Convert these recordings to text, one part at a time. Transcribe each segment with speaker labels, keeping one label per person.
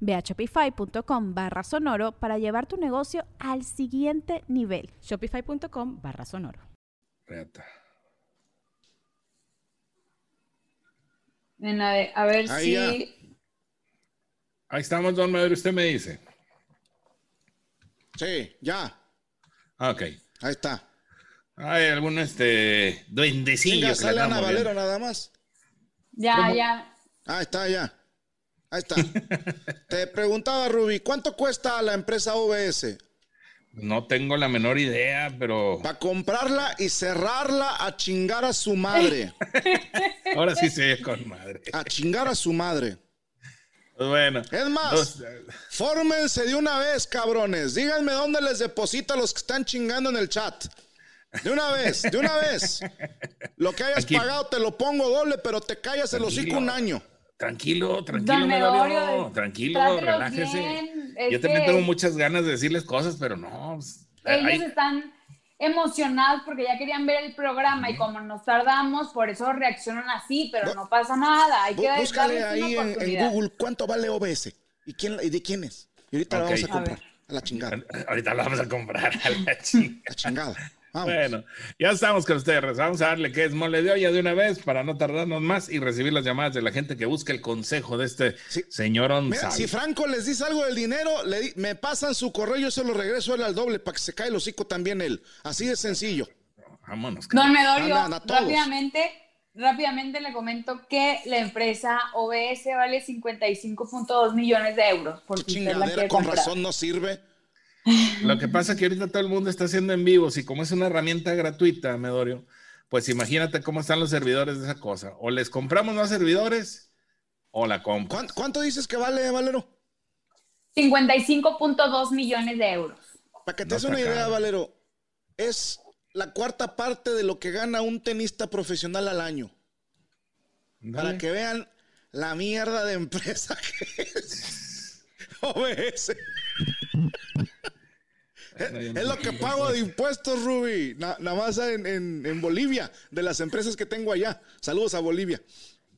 Speaker 1: Ve a shopify.com barra sonoro para llevar tu negocio al siguiente nivel.
Speaker 2: Shopify.com barra sonoro.
Speaker 3: Reata.
Speaker 4: En la de- a ver
Speaker 5: Ah,
Speaker 3: Ahí
Speaker 4: si.
Speaker 3: ya. Ahí estamos, don Madero, usted me dice.
Speaker 5: Sí, ya,
Speaker 3: Ah, Ok.
Speaker 5: ahí está.
Speaker 3: Hay algún este duendecillo
Speaker 5: Venga,
Speaker 3: que la
Speaker 5: sale
Speaker 3: está
Speaker 5: Ana
Speaker 3: moviendo.
Speaker 5: Valero nada más.
Speaker 4: Ya, ya.
Speaker 5: Ahí está, ya. Ahí está. Te preguntaba, Ruby, ¿cuánto cuesta la empresa VS?
Speaker 3: No tengo la menor idea, pero
Speaker 5: Para comprarla y cerrarla a chingar a su madre.
Speaker 3: ahora sí se oye con madre. Pues
Speaker 5: A chingar a su madre.
Speaker 3: Bueno.
Speaker 5: Es más,
Speaker 3: dos-
Speaker 5: fórmense de una vez, cabrones. Díganme dónde les deposito a los que están chingando en el chat. De una vez, de una vez. Lo que hayas
Speaker 3: Aquí.
Speaker 5: pagado te lo pongo doble, pero te callas el hocico un año.
Speaker 3: tranquilo, tranquilo,
Speaker 4: Don
Speaker 3: Medorio,
Speaker 4: Medorio,
Speaker 3: tranquilo,
Speaker 4: trátelos
Speaker 3: relájese.
Speaker 4: bien, es
Speaker 3: Yo también
Speaker 4: que
Speaker 3: tengo muchas ganas de decirles cosas, pero no. pues,
Speaker 4: Este, Ellos
Speaker 3: hay-
Speaker 4: están emocionados porque ya querían ver el programa y como nos tardamos, por eso reaccionan así, pero no pasa nada. Hay que
Speaker 5: Bú-
Speaker 4: darles
Speaker 5: Búscale
Speaker 4: una
Speaker 5: ahí en- en,
Speaker 4: oportunidad.
Speaker 5: Google cuánto vale OBS y, quién, la- y de quién es. Y ahorita la
Speaker 3: Ok.
Speaker 5: vamos a
Speaker 3: A
Speaker 5: comprar.
Speaker 4: ver.
Speaker 5: A la chingada. A
Speaker 3: Ahorita la vamos a comprar a la chica.
Speaker 5: la chingada. Vamos.
Speaker 3: Bueno, ya estamos con ustedes. Vamos a darle que es mole de olla de una vez para no tardarnos más y recibir las llamadas de la gente que busca el consejo de este
Speaker 5: Sí.
Speaker 3: señor
Speaker 5: Mira,
Speaker 3: Onzal.
Speaker 5: si Franco les dice algo del dinero, le di- me pasan su correo, yo se lo regreso él al doble para que se caiga el hocico también él. Así de sencillo.
Speaker 3: Vámonos.
Speaker 4: Don
Speaker 3: cabrón.
Speaker 4: Medorio,
Speaker 5: Ana, Ana, todos.
Speaker 4: rápidamente, rápidamente le comento que la empresa OBS vale 55.2 millones de euros. Por si usted la
Speaker 5: Chingadera,
Speaker 4: quiere
Speaker 5: con
Speaker 4: comprar.
Speaker 5: razón no sirve.
Speaker 3: Lo que pasa es que ahorita todo el mundo está haciendo en vivos y como es una herramienta gratuita, Medorio, pues imagínate cómo están los servidores de esa cosa. O les compramos más servidores o la
Speaker 5: ¿Cuán-
Speaker 3: compra.
Speaker 5: ¿Cuánto, dices que vale, Valero?
Speaker 4: 55.2 millones de euros.
Speaker 5: Para que te
Speaker 3: No
Speaker 5: des una
Speaker 3: está
Speaker 5: idea,
Speaker 3: caro.
Speaker 5: Valero, es la cuarta parte de lo que gana un tenista profesional al año. Para que vean la mierda de empresa que es OBS. Es lo que pago de impuestos, Ruby. Na- Nada más en, en- en Bolivia, de las empresas que tengo allá. Saludos a Bolivia.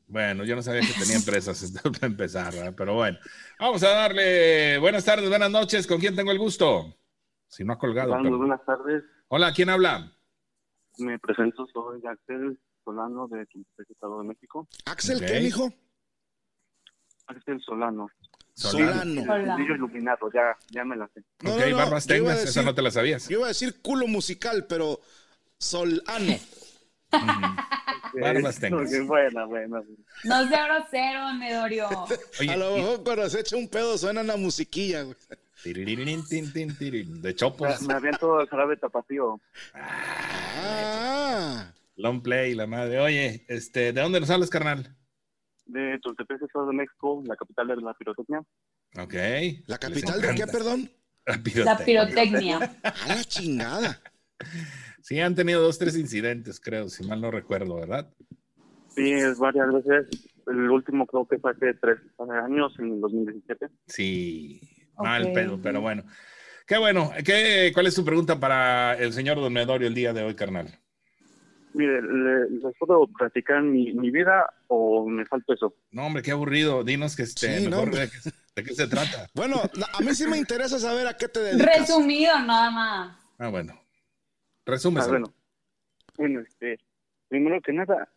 Speaker 3: Bueno, yo no sabía que tenía empresas para empezar, ¿verdad? pero bueno. Vamos a darle buenas tardes, buenas noches. ¿Con quién tengo el gusto? Si no ha colgado.
Speaker 6: Hola, muy
Speaker 3: pero-
Speaker 6: buenas tardes.
Speaker 3: Hola, ¿quién habla?
Speaker 6: Me presento, soy Axel Solano de Quintana, Estado de México.
Speaker 5: Axel,
Speaker 3: Ok.
Speaker 6: ¿Eh?
Speaker 5: ¿qué, mijo?
Speaker 6: Axel Solano.
Speaker 5: Solano.
Speaker 4: Solano.
Speaker 6: Sencillo iluminado, ya, ya me la sé.
Speaker 5: No,
Speaker 3: ok,
Speaker 5: no, no,
Speaker 3: barbas
Speaker 5: yo iba a
Speaker 3: tengas, esa
Speaker 5: decir-
Speaker 3: no te la sabías.
Speaker 5: Yo iba a decir culo musical, pero Solano.
Speaker 3: Barbas tengas.
Speaker 6: Porque, Buena, buena.
Speaker 4: No sea grosero, don Medorio.
Speaker 3: Oye,
Speaker 5: A lo mejor cuando se echa un pedo suena una musiquilla, güey.
Speaker 3: tiririrín, tin, tin, tirín, de chopos,
Speaker 6: Me- Me habían todo el jarabe tapatío.
Speaker 5: Ah,
Speaker 3: long play, la madre. Oye, este, ¿de dónde nos hablas, carnal?
Speaker 6: De Tultepec, Estado de México, la capital de la pirotecnia.
Speaker 3: Ok.
Speaker 5: ¿la capital de qué, perdón?
Speaker 3: perdón?
Speaker 4: La pirotecnia.
Speaker 5: A la chingada.
Speaker 3: Sí, han tenido dos, tres incidentes, creo, si mal no recuerdo, ¿verdad?
Speaker 6: Sí, es varias veces. El último creo que fue hace tres años, en el 2017.
Speaker 3: Sí, mal
Speaker 4: Ok.
Speaker 3: pedo, pero bueno. Qué bueno. ¿Qué, ¿Cuál es tu pregunta para el señor Don Medorio el día de hoy, carnal?
Speaker 6: Mire, le- ¿les puedo platicar mi, mi vida o me falta eso?
Speaker 3: No, hombre, qué aburrido. Dinos que este,
Speaker 5: Sí, no,
Speaker 3: mejor
Speaker 5: hombre.
Speaker 3: de, qué- de qué se trata.
Speaker 5: Bueno, na- a mí sí me interesa saber a qué te dedicas.
Speaker 4: Resumido nada más.
Speaker 3: Ah, bueno. Resúmese.
Speaker 6: Ah, bueno. Bueno, este, primero que nada,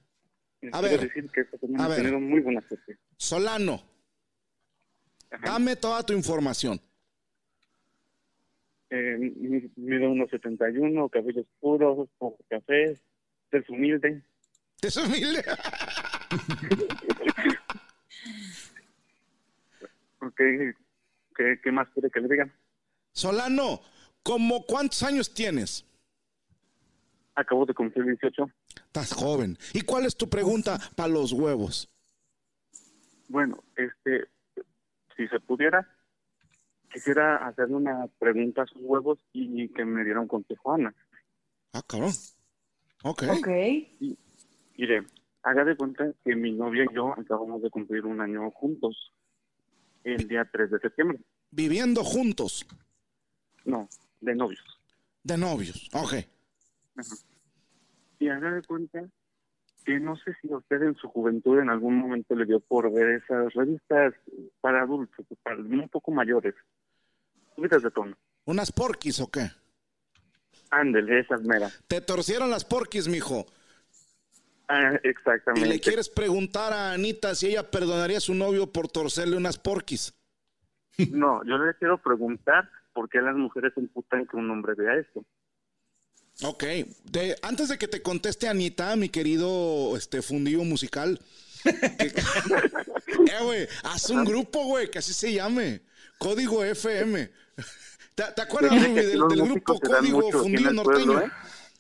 Speaker 6: les
Speaker 5: A
Speaker 6: quiero
Speaker 5: ver.
Speaker 6: decir que esta
Speaker 5: A
Speaker 6: semana he
Speaker 5: ver.
Speaker 6: tenido muy buena suerte.
Speaker 5: Solano,
Speaker 6: Ajá.
Speaker 5: dame toda tu información.
Speaker 6: Eh, mi- mido unos 71, cabello oscuro, ojos como café, es humilde.
Speaker 5: Es humilde.
Speaker 6: Porque, ¿qué, ¿Qué más quiere que le digan?
Speaker 5: Solano, ¿cómo cuántos años tienes?
Speaker 6: Acabo de cumplir 18.
Speaker 5: Estás joven. ¿Y cuál es tu pregunta para los huevos?
Speaker 6: Bueno, este, si se pudiera, quisiera hacerle una pregunta a sus huevos y que me diera un consejo, Ana.
Speaker 5: Ah, cabrón. Ok.
Speaker 4: Ok.
Speaker 6: Mire, haga de cuenta que mi novia y yo acabamos de cumplir un año juntos, el día 3 de septiembre.
Speaker 5: Viviendo juntos,
Speaker 6: No, de novios.
Speaker 5: de novios. Ok.
Speaker 6: Y haga de cuenta que no sé si a usted en su juventud en algún momento le dio por ver esas revistas para adultos, para un poco mayores, subidas de tono.
Speaker 5: ¿Unas porquis o qué?
Speaker 6: Ándele, esas meras.
Speaker 5: Te torcieron las porquis, mijo.
Speaker 6: Ah,
Speaker 5: Y
Speaker 6: exactamente.
Speaker 5: le quieres preguntar a Anita si ella perdonaría a su novio por torcerle unas porquis.
Speaker 6: No, yo le quiero preguntar por qué las mujeres se imputan que un hombre vea esto.
Speaker 5: Ok. De- antes de que te conteste Anita, mi querido este fundido musical. que- eh, güey, haz un grupo, güey, que así se llame. Código FM. ¿Te, te acuerdas
Speaker 6: Ya
Speaker 5: güey,
Speaker 6: sé que
Speaker 5: del,
Speaker 6: aquí los
Speaker 5: del grupo
Speaker 6: músicos se dan
Speaker 5: Código
Speaker 6: mucho aquí en
Speaker 5: Fundido
Speaker 6: el
Speaker 5: Norteño?
Speaker 6: pueblo, ¿eh?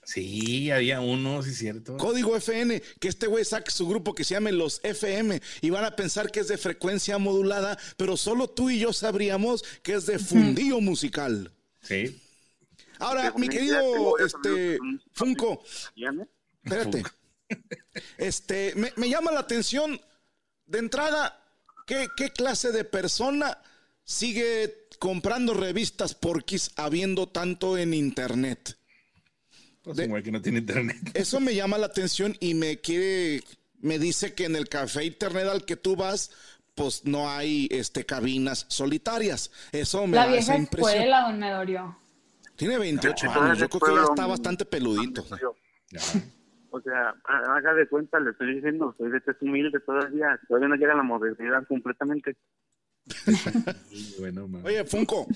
Speaker 3: Sí, había uno, sí, cierto.
Speaker 5: Código FN, que este güey saque su grupo que se llame Los FM y van a pensar que es de frecuencia modulada, pero solo tú y yo sabríamos que es de fundido musical.
Speaker 3: Sí.
Speaker 5: Ahora,
Speaker 6: Tengo
Speaker 5: mi
Speaker 6: una idea, tengo
Speaker 5: querido
Speaker 6: varios amigos que
Speaker 5: este,
Speaker 6: son
Speaker 5: Funko,
Speaker 6: ¿Llame?
Speaker 5: espérate. Este, me, me llama la atención, de entrada, ¿qué, qué clase de persona sigue comprando revistas porquis habiendo tanto en internet?
Speaker 3: Pues
Speaker 5: De-
Speaker 3: un güey que no tiene internet.
Speaker 5: Eso me llama la atención y me quiere, me dice que en el café internet al que tú vas, pues no hay este cabinas solitarias. Eso me
Speaker 4: La
Speaker 5: da esa
Speaker 4: vieja
Speaker 5: impresión.
Speaker 4: escuela, don Medorio.
Speaker 5: Tiene 28
Speaker 6: Entonces,
Speaker 5: años, yo creo que ya
Speaker 6: fueron-
Speaker 5: está bastante peludito.
Speaker 6: Yo,
Speaker 3: Ya.
Speaker 6: O sea, ha- haga de cuenta, le estoy diciendo, soy de tez humilde todavía, todavía no llega a la modernidad completamente.
Speaker 3: Sí, bueno, ma.
Speaker 5: Oye, Funko,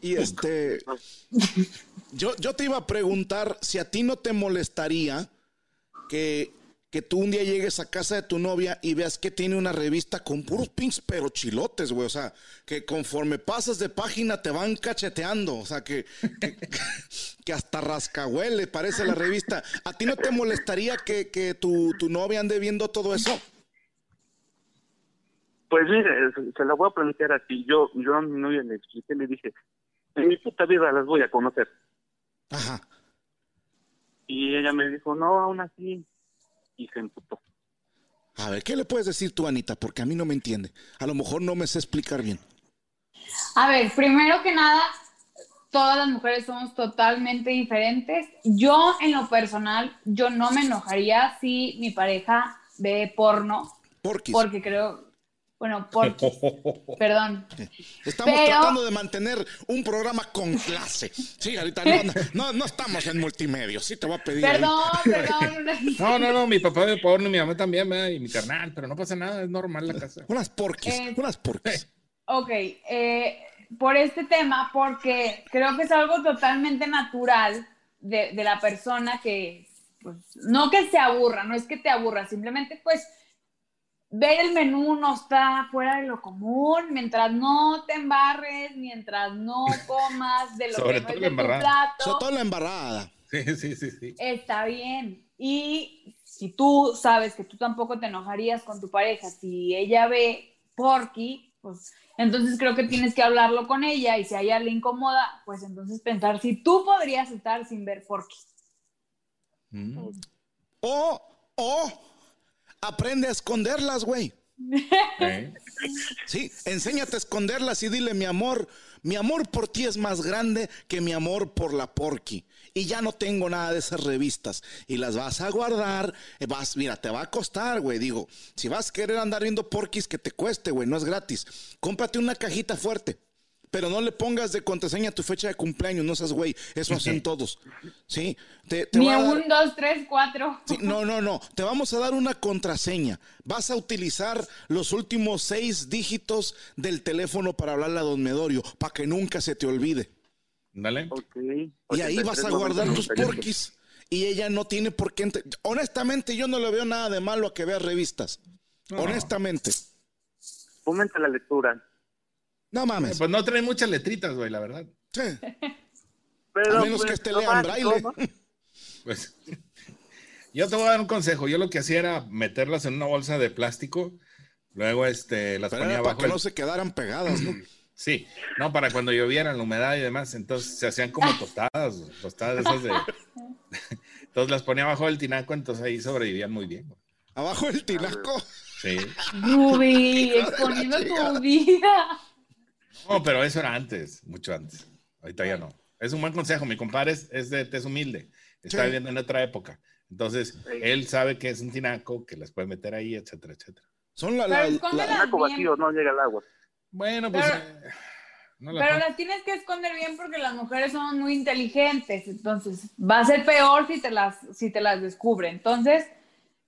Speaker 5: y este, yo, yo te iba a preguntar si a ti no te molestaría que, que tú un día llegues a casa de tu novia y veas que tiene una revista con puros pins pero chilotes, güey. O sea, que conforme pasas de página te van cacheteando. O sea, que, que, que hasta rascahuele parece la revista. ¿A ti no te molestaría que, que tu, tu novia ande viendo todo eso?
Speaker 6: Pues mire, se- se la voy a plantear así. Yo, yo a mi novia le expliqué, le dije, en mi puta vida las voy a conocer.
Speaker 5: Ajá.
Speaker 6: Y ella me dijo, no, aún así. Y se emputó.
Speaker 5: A ver, ¿qué le puedes decir tú, Anita? Porque a mí no me entiende. A lo mejor no me sé explicar bien.
Speaker 4: A ver, primero que nada, todas las mujeres somos totalmente diferentes. Yo, en lo personal, yo no me enojaría si mi pareja ve porno,
Speaker 5: Porquis.
Speaker 4: porque creo, bueno, porque, perdón,
Speaker 5: Estamos
Speaker 4: Pero-
Speaker 5: tratando de mantener un programa con clase. Sí, ahorita no, no, no estamos en multimedia. Sí, te voy a pedir. ahí.
Speaker 4: perdón, perdón.
Speaker 3: No, no, no, mi papá ve porno, mi mamá también, ¿verdad? y mi carnal, pero no pasa nada, es normal la casa.
Speaker 5: Unas porquis,
Speaker 4: Eh.
Speaker 5: unas porquis.
Speaker 4: Ok, eh, por este tema, porque creo que es algo totalmente natural de, de la persona que, pues, no que se aburra, no es que te aburra, simplemente pues ver el menú no está fuera de lo común, mientras no te embarres, mientras no comas de lo
Speaker 3: Sobre
Speaker 4: que no
Speaker 3: todo
Speaker 4: es
Speaker 3: la
Speaker 4: de tu
Speaker 3: embarrada.
Speaker 4: plato
Speaker 5: Sobre todo la embarrada.
Speaker 3: Sí, sí, sí, sí.
Speaker 4: está bien. Y si tú sabes que tú tampoco te enojarías con tu pareja si ella ve porky, pues entonces creo que tienes que hablarlo con ella y si a ella le incomoda, pues entonces pensar si tú podrías estar sin ver porky.
Speaker 3: Mm.
Speaker 5: O, o aprende a esconderlas, güey.
Speaker 3: Eh.
Speaker 5: Sí, enséñate a esconderlas y dile, mi amor, mi amor por ti es más grande que mi amor por la porqui. Y ya no tengo nada de esas revistas. Y las vas a guardar. eh, Vas, mira, te va a costar, güey. Digo, si vas a querer andar viendo porquis, que te cueste, güey. No es gratis. Cómprate una cajita fuerte. Pero no le pongas de contraseña tu fecha de cumpleaños. No seas, güey. Eso hacen todos. Sí. Te, te
Speaker 4: Ni
Speaker 5: va a dar-
Speaker 4: un, dos, tres, cuatro.
Speaker 5: Sí, no, no, no. Te vamos a dar una contraseña. Vas a utilizar los últimos seis dígitos del teléfono para hablarle a Don Medorio, para que nunca se te olvide.
Speaker 3: Dale.
Speaker 6: Ok.
Speaker 5: Y ahí vas a guardar tus porquis. y ella no tiene por qué. ente- Honestamente, yo no le veo nada de malo a que vea revistas. Honestamente.
Speaker 6: Fomenta la lectura.
Speaker 5: No mames.
Speaker 3: Pues no trae muchas letritas, güey, la verdad.
Speaker 5: Sí.
Speaker 6: Pero,
Speaker 5: A menos que este lea en
Speaker 6: más,
Speaker 5: braille.
Speaker 6: no más.
Speaker 3: Pues, yo te voy a dar un consejo. Yo lo que hacía era meterlas en una bolsa de plástico, luego este, las
Speaker 5: Pero
Speaker 3: ponía
Speaker 5: era para
Speaker 3: abajo.
Speaker 5: que
Speaker 3: del-
Speaker 5: no se quedaran pegadas, ¿no?
Speaker 3: Sí, no, para cuando lloviera la humedad y demás. Entonces se hacían como tostadas, güey, tostadas esas de. Entonces las ponía abajo del tinaco, entonces ahí sobrevivían muy bien. güey.
Speaker 5: Abajo del tinaco.
Speaker 3: Sí.
Speaker 4: Ruby, exponiendo tu vida.
Speaker 3: No, pero eso era antes, mucho antes. Ahorita ya no. Es un buen consejo. Mi compadre es, es de tez humilde. Está
Speaker 5: Sí.
Speaker 3: viviendo en otra época. Entonces, él sabe que es un tinaco, que las puede meter ahí, etcétera, etcétera.
Speaker 5: Son la,
Speaker 4: Pero
Speaker 5: la-
Speaker 4: escóndela.
Speaker 5: la-
Speaker 6: Un saco vacío, no llega el agua.
Speaker 3: Bueno, pues.
Speaker 4: Pero-
Speaker 3: eh, no la
Speaker 4: Pero
Speaker 3: pongo.
Speaker 4: las tienes que esconder bien porque las mujeres son muy inteligentes, entonces va a ser peor si te las, si te las descubre. Entonces,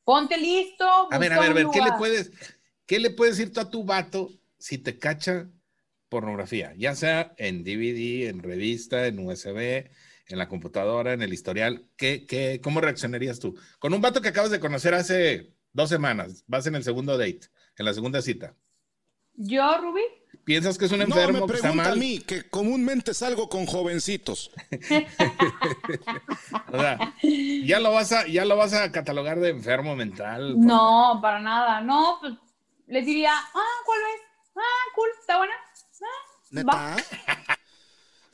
Speaker 4: ponte listo.
Speaker 3: A ver, a
Speaker 4: busca
Speaker 3: ver, a
Speaker 4: un
Speaker 3: ver, ¿qué le
Speaker 4: lugar.
Speaker 3: puedes, qué le puedes decir tú a tu vato si te cacha pornografía? Ya sea en DVD, en revista, en USB, en la computadora, en el historial. ¿Qué, qué, ¿Cómo reaccionarías tú? Con un vato que acabas de conocer hace dos semanas, vas en el segundo date, en la segunda cita.
Speaker 4: Yo, Ruby,
Speaker 3: ¿Piensas que es un
Speaker 5: No,
Speaker 3: enfermo
Speaker 5: me
Speaker 3: que está
Speaker 5: pregunta a
Speaker 3: mal?
Speaker 5: mí, que comúnmente salgo con jovencitos.
Speaker 3: O sea, ya lo vas a, ya lo vas a catalogar de enfermo mental.
Speaker 4: no, para nada. No, pues les diría, ah, ¿cuál es? Ah, cool, está buena. Ah,
Speaker 5: ¿Neta?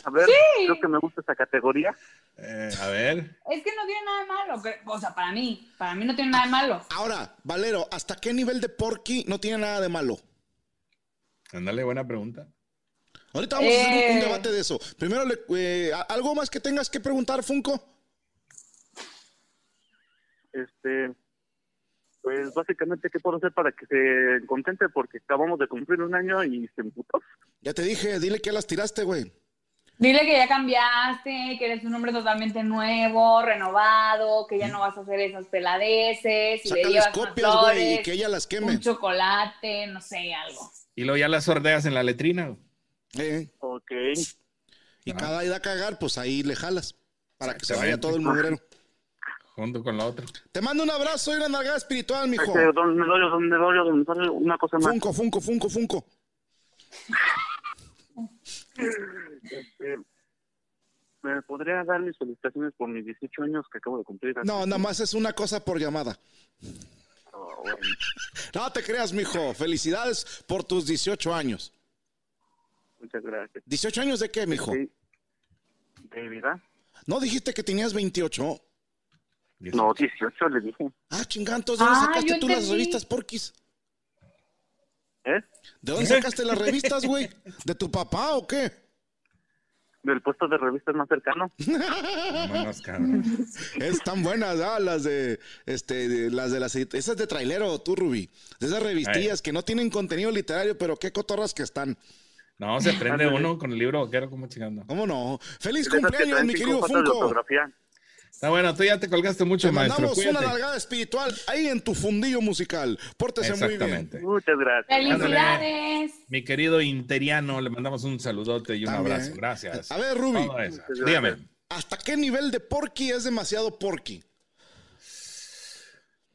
Speaker 6: A ver,
Speaker 4: Sí.
Speaker 6: creo que me gusta esa categoría.
Speaker 3: Eh, a ver.
Speaker 4: Es que no tiene nada de malo. cre- O sea, para mí, para mí no tiene nada de malo.
Speaker 5: Ahora, Ah, Valero, ¿hasta qué nivel de porky no tiene nada de malo?
Speaker 3: Ándale, buena pregunta.
Speaker 5: Ahorita vamos a hacer un, un
Speaker 4: Eh.
Speaker 5: debate de eso. Primero, le- eh, a- ¿algo más que tengas que preguntar, Funko?
Speaker 6: Este, pues básicamente, ¿qué puedo hacer para que se contente? Porque acabamos de cumplir un año y se emputó.
Speaker 5: Ya te dije, dile que las tiraste, güey.
Speaker 4: Dile que ya cambiaste, que eres un hombre totalmente nuevo, renovado, que ya no vas a hacer esas peladeces, y le
Speaker 5: Sácales
Speaker 4: llevas unas
Speaker 5: copias, güey, y
Speaker 4: flores,
Speaker 5: que ella las queme.
Speaker 4: un chocolate, no sé, algo.
Speaker 3: Y luego ya las sordeas en la letrina.
Speaker 5: Eh,
Speaker 6: Ok.
Speaker 5: y cada ida a cagar, pues ahí le jalas. Para que se
Speaker 3: Exactamente.
Speaker 5: vaya todo el mugrero.
Speaker 3: junto con la otra.
Speaker 5: Te mando un abrazo y una nalgada espiritual, mijo.
Speaker 6: Este, don Medorio, don Medorio, don Medorio, una cosa más.
Speaker 5: Funko, Funko, Funko, Funko.
Speaker 6: Este, ¿Me podría dar mis felicitaciones por mis 18 años que acabo de cumplir?
Speaker 5: No, nada más es una cosa por llamada.
Speaker 6: Oh, bueno.
Speaker 5: No te creas, mijo. Felicidades por tus 18 años.
Speaker 6: Muchas gracias.
Speaker 5: ¿18 años de qué, mijo?
Speaker 6: Sí. ¿De vida?
Speaker 5: ¿No dijiste que tenías 28?
Speaker 6: No, 18 le dije.
Speaker 5: Ah, chingantos, ¿de dónde
Speaker 4: Ah,
Speaker 5: sacaste
Speaker 4: yo
Speaker 5: tú las
Speaker 4: entendí.
Speaker 5: revistas porquis?
Speaker 6: ¿Eh?
Speaker 5: ¿De dónde sacaste las revistas, güey? ¿De tu papá o qué?
Speaker 6: Del puesto de revistas más cercano.
Speaker 3: Manos, cabrón.
Speaker 5: Es tan buenas, ah, las de, este, de- las de las, esas de trailero, tú, Ruby. De esas
Speaker 3: Eh.
Speaker 5: revistillas que no tienen contenido literario, pero qué cotorras que están.
Speaker 3: No, se prende
Speaker 6: Ándale.
Speaker 3: uno con el libro vaquero como chingando.
Speaker 5: ¿Cómo no? ¡Feliz
Speaker 6: De esas que
Speaker 5: cumpleaños,
Speaker 6: traen
Speaker 5: mi
Speaker 6: cinco
Speaker 5: querido
Speaker 6: fotos de
Speaker 5: Funko!
Speaker 6: autografía.
Speaker 3: Está bueno, tú ya te colgaste mucho,
Speaker 5: Te
Speaker 3: maestro.
Speaker 5: mandamos una
Speaker 3: cuídate.
Speaker 5: largada espiritual ahí en tu fundillo musical. Pórtese muy bien.
Speaker 3: Exactamente.
Speaker 6: Muchas gracias.
Speaker 4: ¡Felicidades!
Speaker 3: Mi querido interiano, le mandamos un saludote y un
Speaker 5: También.
Speaker 3: abrazo. Gracias.
Speaker 5: A ver, Ruby,
Speaker 3: Todo eso.
Speaker 6: Muchas gracias.
Speaker 3: Dígame.
Speaker 5: ¿hasta qué nivel de porky es demasiado porky?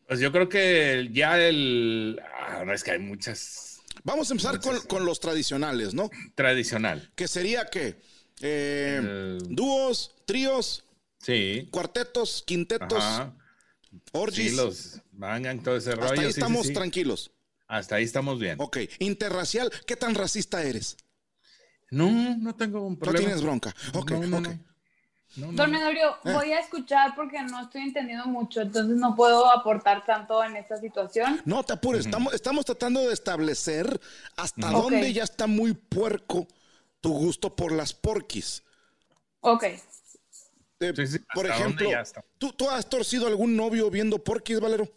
Speaker 3: Pues yo creo que ya el. Ah, no, es que hay muchas.
Speaker 5: Vamos a empezar con, con los tradicionales, ¿no?
Speaker 3: Tradicional.
Speaker 5: Que sería que
Speaker 3: Eh,
Speaker 5: dúos, tríos,
Speaker 3: Sí.
Speaker 5: cuartetos, quintetos,
Speaker 3: Ajá.
Speaker 5: orgies.
Speaker 3: Sí, los mangan, todo ese rollo.
Speaker 5: Hasta ahí
Speaker 3: sí, sí,
Speaker 5: estamos
Speaker 3: sí.
Speaker 5: tranquilos.
Speaker 3: Hasta ahí estamos bien.
Speaker 5: Ok, interracial, ¿qué tan racista eres?
Speaker 3: No, no tengo un problema.
Speaker 5: No tienes bronca. Ok,
Speaker 3: No, no,
Speaker 5: ok.
Speaker 3: no. No, no.
Speaker 4: Don Medorio,
Speaker 5: Eh.
Speaker 4: voy a escuchar porque no estoy entendiendo mucho, entonces no puedo aportar tanto en esta situación.
Speaker 5: No te apures, estamos, estamos tratando de establecer hasta
Speaker 4: Ujú.
Speaker 5: dónde
Speaker 4: Ok.
Speaker 5: ya está muy puerco tu gusto por las porquis.
Speaker 4: Ok,
Speaker 5: Eh,
Speaker 3: Sí, sí,
Speaker 5: por
Speaker 3: ¿hasta dónde
Speaker 5: ejemplo,
Speaker 3: ya está?
Speaker 5: ¿tú, tú has torcido algún novio viendo porquis, Valero?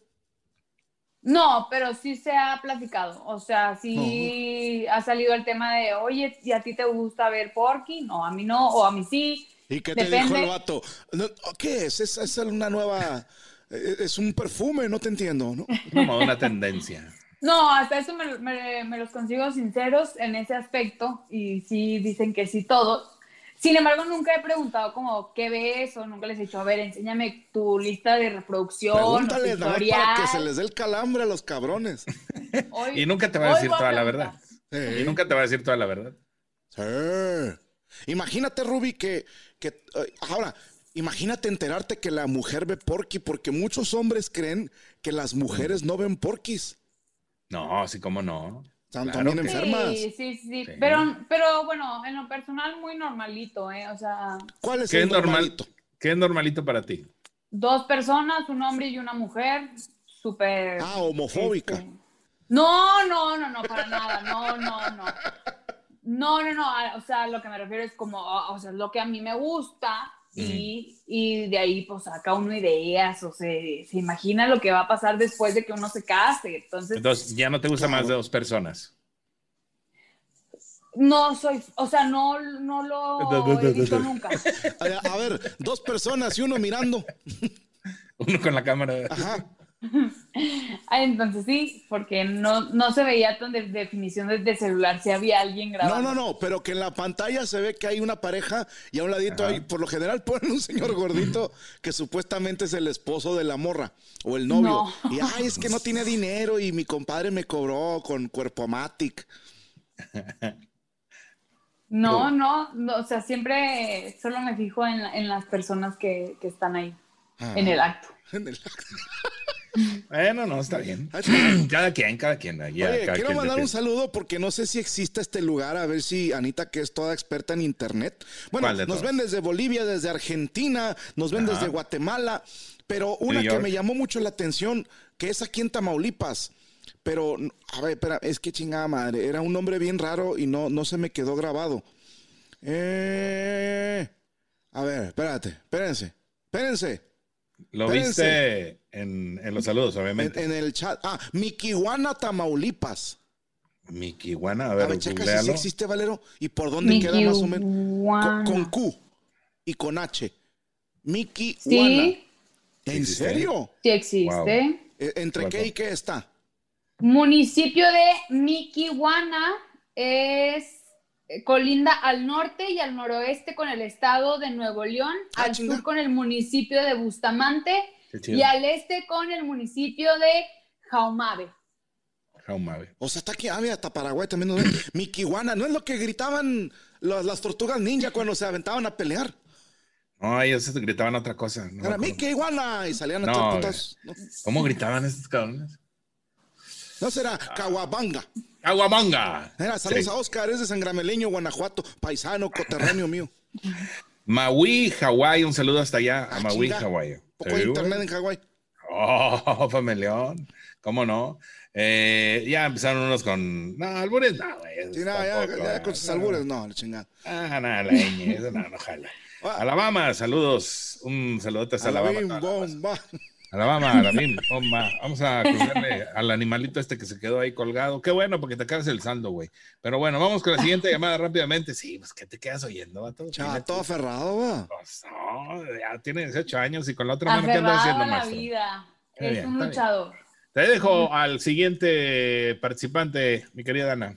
Speaker 4: no, pero sí se ha platicado, o sea, sí ha salido el tema de, oye, ¿y a ti te gusta ver Porky? No, a mí no, o a mí sí.
Speaker 5: ¿Y qué te dijo
Speaker 4: Depende.
Speaker 5: el vato? No, ¿Qué es? es? es una nueva... eh, Es un perfume, no te entiendo, ¿no?
Speaker 3: Como una tendencia.
Speaker 4: No, hasta eso me, me- me los consigo sinceros en ese aspecto y sí dicen que sí todos. Sin embargo, nunca he preguntado como qué ves o nunca les he dicho, a ver, enséñame tu lista de reproducción.
Speaker 5: Pregúntale
Speaker 4: o tu
Speaker 5: nada más
Speaker 4: historial.
Speaker 5: para que se les dé el calambre a los cabrones.
Speaker 4: Hoy-
Speaker 3: Y nunca te va
Speaker 4: hoy
Speaker 3: a decir
Speaker 4: voy
Speaker 3: toda la
Speaker 4: preguntar.
Speaker 3: verdad. Y nunca te va a decir toda la verdad.
Speaker 5: Sí. Imagínate, Ruby, que, que eh, ahora, imagínate enterarte que la mujer ve porqui, porque muchos hombres creen que las mujeres no ven porquis.
Speaker 3: No, sí, cómo no.
Speaker 5: Están
Speaker 3: Claro
Speaker 5: también
Speaker 3: que-
Speaker 5: enfermas.
Speaker 4: Sí, sí, sí,
Speaker 3: Sí.
Speaker 4: Pero, pero bueno, en lo personal muy normalito, ¿eh? O sea,
Speaker 5: ¿Cuál es
Speaker 3: ¿Qué
Speaker 5: el
Speaker 3: es normal?
Speaker 5: normalito?
Speaker 3: ¿Qué es normalito para ti?
Speaker 4: dos personas, un hombre y una mujer, súper...
Speaker 5: Ah, homofóbica.
Speaker 4: este, No, no, no, no, para nada, no, no, no. No, no, no, a- o sea, lo que me refiero es como, o o sea, lo que a mí me gusta y, y de ahí pues saca uno ideas, o se, se imagina lo que va a pasar después de que uno se case. Entonces,
Speaker 3: Entonces, ya no te gusta más de dos personas.
Speaker 4: no soy, o sea, no, no lo he visto nunca.
Speaker 5: A, a ver, dos personas y uno mirando.
Speaker 3: Uno con la cámara.
Speaker 5: Ajá.
Speaker 4: Ah, entonces sí, porque no, no se veía tan de definición desde celular si había alguien
Speaker 5: No,
Speaker 4: grabando.
Speaker 5: no, no, pero que en la pantalla se ve que hay una pareja y a un ladito
Speaker 3: Ajá.
Speaker 5: hay, por lo general ponen un señor gordito que supuestamente es el esposo de la morra o el novio.
Speaker 4: No.
Speaker 5: Y ay, es que no tiene dinero y mi compadre me cobró con cuerpo matic.
Speaker 4: No, no, no, o sea, siempre solo me fijo en, la- en las personas que, que están ahí,
Speaker 5: Ah.
Speaker 4: en el acto.
Speaker 3: Bueno, no, está bien. Cada quien, cada quien. ya,
Speaker 5: Ah, Oye,
Speaker 3: cada
Speaker 5: quiero
Speaker 3: quien
Speaker 5: mandar
Speaker 3: decide.
Speaker 5: un saludo porque no sé si existe este lugar, a ver si Anita, que es toda experta en internet. Bueno,
Speaker 3: ¿Cuál de
Speaker 5: nos
Speaker 3: todos?
Speaker 5: ven desde Bolivia, desde Argentina, nos ven
Speaker 3: Ajá.
Speaker 5: desde Guatemala, pero una que
Speaker 3: York.
Speaker 5: me llamó mucho la atención, que es aquí en Tamaulipas. Pero, a ver, espera, es que chingada madre, era un nombre bien raro y no, no se me quedó grabado. Eh, a ver, espérate, espérense, espérense.
Speaker 3: Lo viste en, en los saludos,
Speaker 5: En,
Speaker 3: obviamente.
Speaker 5: en el chat. Ah, Mikiwana, Tamaulipas.
Speaker 3: Mikiwana, a
Speaker 5: A
Speaker 3: ver,
Speaker 5: ver, checa si sí
Speaker 3: googlealo.
Speaker 5: existe, Valero, y por dónde queda más o menos. Con,
Speaker 4: Mikiwana.
Speaker 5: con Q y con H. Mickey
Speaker 4: Sí,
Speaker 5: ¿En
Speaker 3: ¿Existe?
Speaker 5: serio?
Speaker 4: sí existe.
Speaker 5: Eh, ¿Entre
Speaker 3: Guapo.
Speaker 5: qué y qué está?
Speaker 4: Municipio de Mikiwana es eh, colinda al norte y al noroeste con el estado de Nuevo León,
Speaker 5: Ah,
Speaker 4: al
Speaker 5: chinga.
Speaker 4: sur con el municipio de Bustamante
Speaker 3: Qué chido.
Speaker 4: y al este con el municipio de Jaumabe.
Speaker 3: Jaumabe.
Speaker 5: O sea, está aquí, ah, mira, hasta Paraguay también nos ven. Mikiwana, ¿no es lo que gritaban las, las tortugas ninja cuando se aventaban a pelear?
Speaker 3: No, ellos gritaban otra cosa. no me
Speaker 5: Era
Speaker 3: acuerdo.
Speaker 5: Mikiwana y salían a
Speaker 3: No,
Speaker 5: echar
Speaker 3: güey.
Speaker 5: putazos. No,
Speaker 3: ¿Cómo gritaban estos cabrones?
Speaker 5: no será
Speaker 3: Ah.
Speaker 5: Caguabanga.
Speaker 3: ¡Aguamanga!
Speaker 5: Era, saludos
Speaker 3: Sí.
Speaker 5: a Oscar, es de San Grameleño, Guanajuato, paisano, coterráneo mío.
Speaker 3: Maui, Hawái. Un saludo hasta allá a
Speaker 5: Ah,
Speaker 3: Maui,
Speaker 5: chinga.
Speaker 3: Hawái.
Speaker 5: Poco de
Speaker 3: Sí,
Speaker 5: internet
Speaker 3: güey.
Speaker 5: en Hawái.
Speaker 3: Oh, familión. ¿Cómo no? Eh, ya empezaron unos con. No, albures, no, güey. eso
Speaker 5: Sí, no, ya,
Speaker 3: tampoco,
Speaker 5: ya
Speaker 3: eh,
Speaker 5: con sus
Speaker 3: no,
Speaker 5: albures, no, la chingada.
Speaker 3: Ah, no, la ñ, eso no, no jala.
Speaker 5: Ah.
Speaker 3: Alabama, saludos. Un saludote hasta
Speaker 5: A la
Speaker 3: Alabama.
Speaker 5: bim,
Speaker 3: toda la raza.
Speaker 5: bomba.
Speaker 3: Alabama, a la bim, bomba. Vamos a cruzarle al animalito este que se quedó ahí colgado. Qué bueno, porque te acabas el saldo, güey. Pero bueno, vamos con la siguiente llamada rápidamente. Sí, pues que te quedas oyendo, vato.
Speaker 5: Chava,
Speaker 3: Fíjate.
Speaker 5: todo aferrado, va.
Speaker 3: Pues, no, ya tiene 18 años y con la otra mano, ¿qué andas
Speaker 4: Aferrado
Speaker 3: haciendo,
Speaker 4: a la
Speaker 3: maestro?
Speaker 4: vida.
Speaker 3: Está
Speaker 4: es
Speaker 3: bien,
Speaker 4: un
Speaker 3: está bien.
Speaker 4: luchador.
Speaker 3: Te dejo al siguiente participante, mi querida Dana.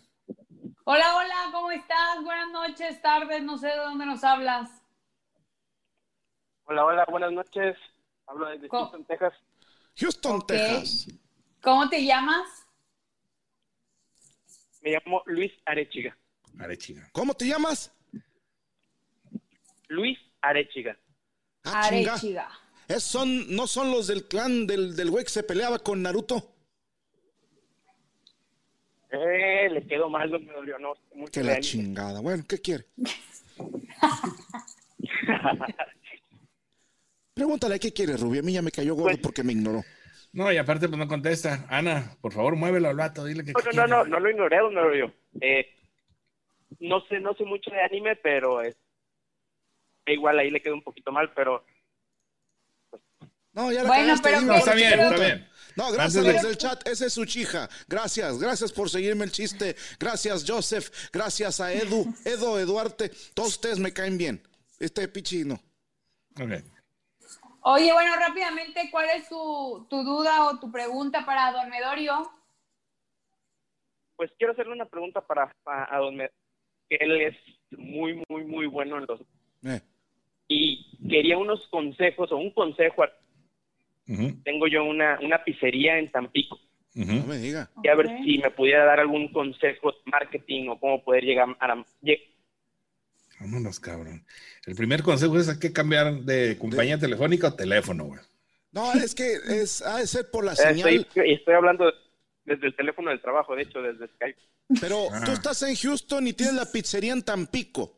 Speaker 4: Hola, hola, ¿cómo estás? Buenas noches, tardes, no sé de dónde nos hablas.
Speaker 6: Hola, hola, buenas noches. Hablo desde
Speaker 4: Co-
Speaker 6: Houston, Texas.
Speaker 5: Houston,
Speaker 4: Ok.
Speaker 5: Texas.
Speaker 4: ¿Cómo te llamas?
Speaker 6: Me llamo Luis Arechiga.
Speaker 3: Arechiga.
Speaker 5: ¿Cómo te llamas?
Speaker 6: Luis Arechiga.
Speaker 5: Ah, chinga.
Speaker 4: Arechiga.
Speaker 5: Es son, ¿No son los del clan del, del güey que se peleaba con Naruto?
Speaker 6: Eh, le quedó mal, no me dolió, no. Mucho
Speaker 5: Que
Speaker 6: le
Speaker 5: la
Speaker 6: daño.
Speaker 5: chingada. Bueno, ¿qué quiere? Pregúntale, ¿qué quiere, Rubio? A mí ya me cayó gordo
Speaker 6: Pues-
Speaker 5: porque me ignoró.
Speaker 3: No, y aparte, pues no contesta. Ana, por favor, muévelo al vato, dile que.
Speaker 6: No, no, no, no, no lo ignoré, no lo vio. Eh, no sé, no sé mucho de anime, pero es, igual ahí le quedó un poquito mal, pero
Speaker 5: No, ya la
Speaker 4: Bueno,
Speaker 5: cagaste,
Speaker 4: pero
Speaker 5: dime,
Speaker 3: No,
Speaker 4: que-
Speaker 3: está
Speaker 5: ahora
Speaker 3: bien,
Speaker 5: te
Speaker 3: está
Speaker 5: pregunto.
Speaker 3: bien.
Speaker 5: No, gracias a
Speaker 3: Antes
Speaker 5: los
Speaker 3: de-
Speaker 5: del chat. Ese es su chija. Gracias, gracias por seguirme el chiste. Gracias, Joseph. Gracias a Edu, Edo, Eduarte. Todos ustedes me caen bien. Este pichino.
Speaker 3: Ok.
Speaker 4: Oye, bueno, rápidamente, ¿cuál es tu, tu duda o tu pregunta para Don Medorio?
Speaker 6: pues quiero hacerle una pregunta para, para- a don Me- que él es
Speaker 7: muy, muy, muy bueno en los...
Speaker 5: Eh,
Speaker 7: Y quería unos consejos o un consejo.
Speaker 3: Ujú,
Speaker 7: Tengo yo una, una pizzería en Tampico.
Speaker 5: no
Speaker 3: ujú.
Speaker 5: me diga.
Speaker 7: Y a ver
Speaker 4: Ok.
Speaker 7: si me pudiera dar algún consejo de marketing o cómo poder llegar a... la- lle-
Speaker 3: Vámonos, cabrón. El primer consejo es hay que cambiar de compañía telefónica o teléfono, güey.
Speaker 5: No, es que es, ha de ser por la
Speaker 7: Estoy,
Speaker 5: señal.
Speaker 7: estoy hablando desde el teléfono del trabajo, de hecho, desde Skype.
Speaker 5: Pero
Speaker 3: Ah.
Speaker 5: tú estás en Houston y tienes la pizzería en Tampico.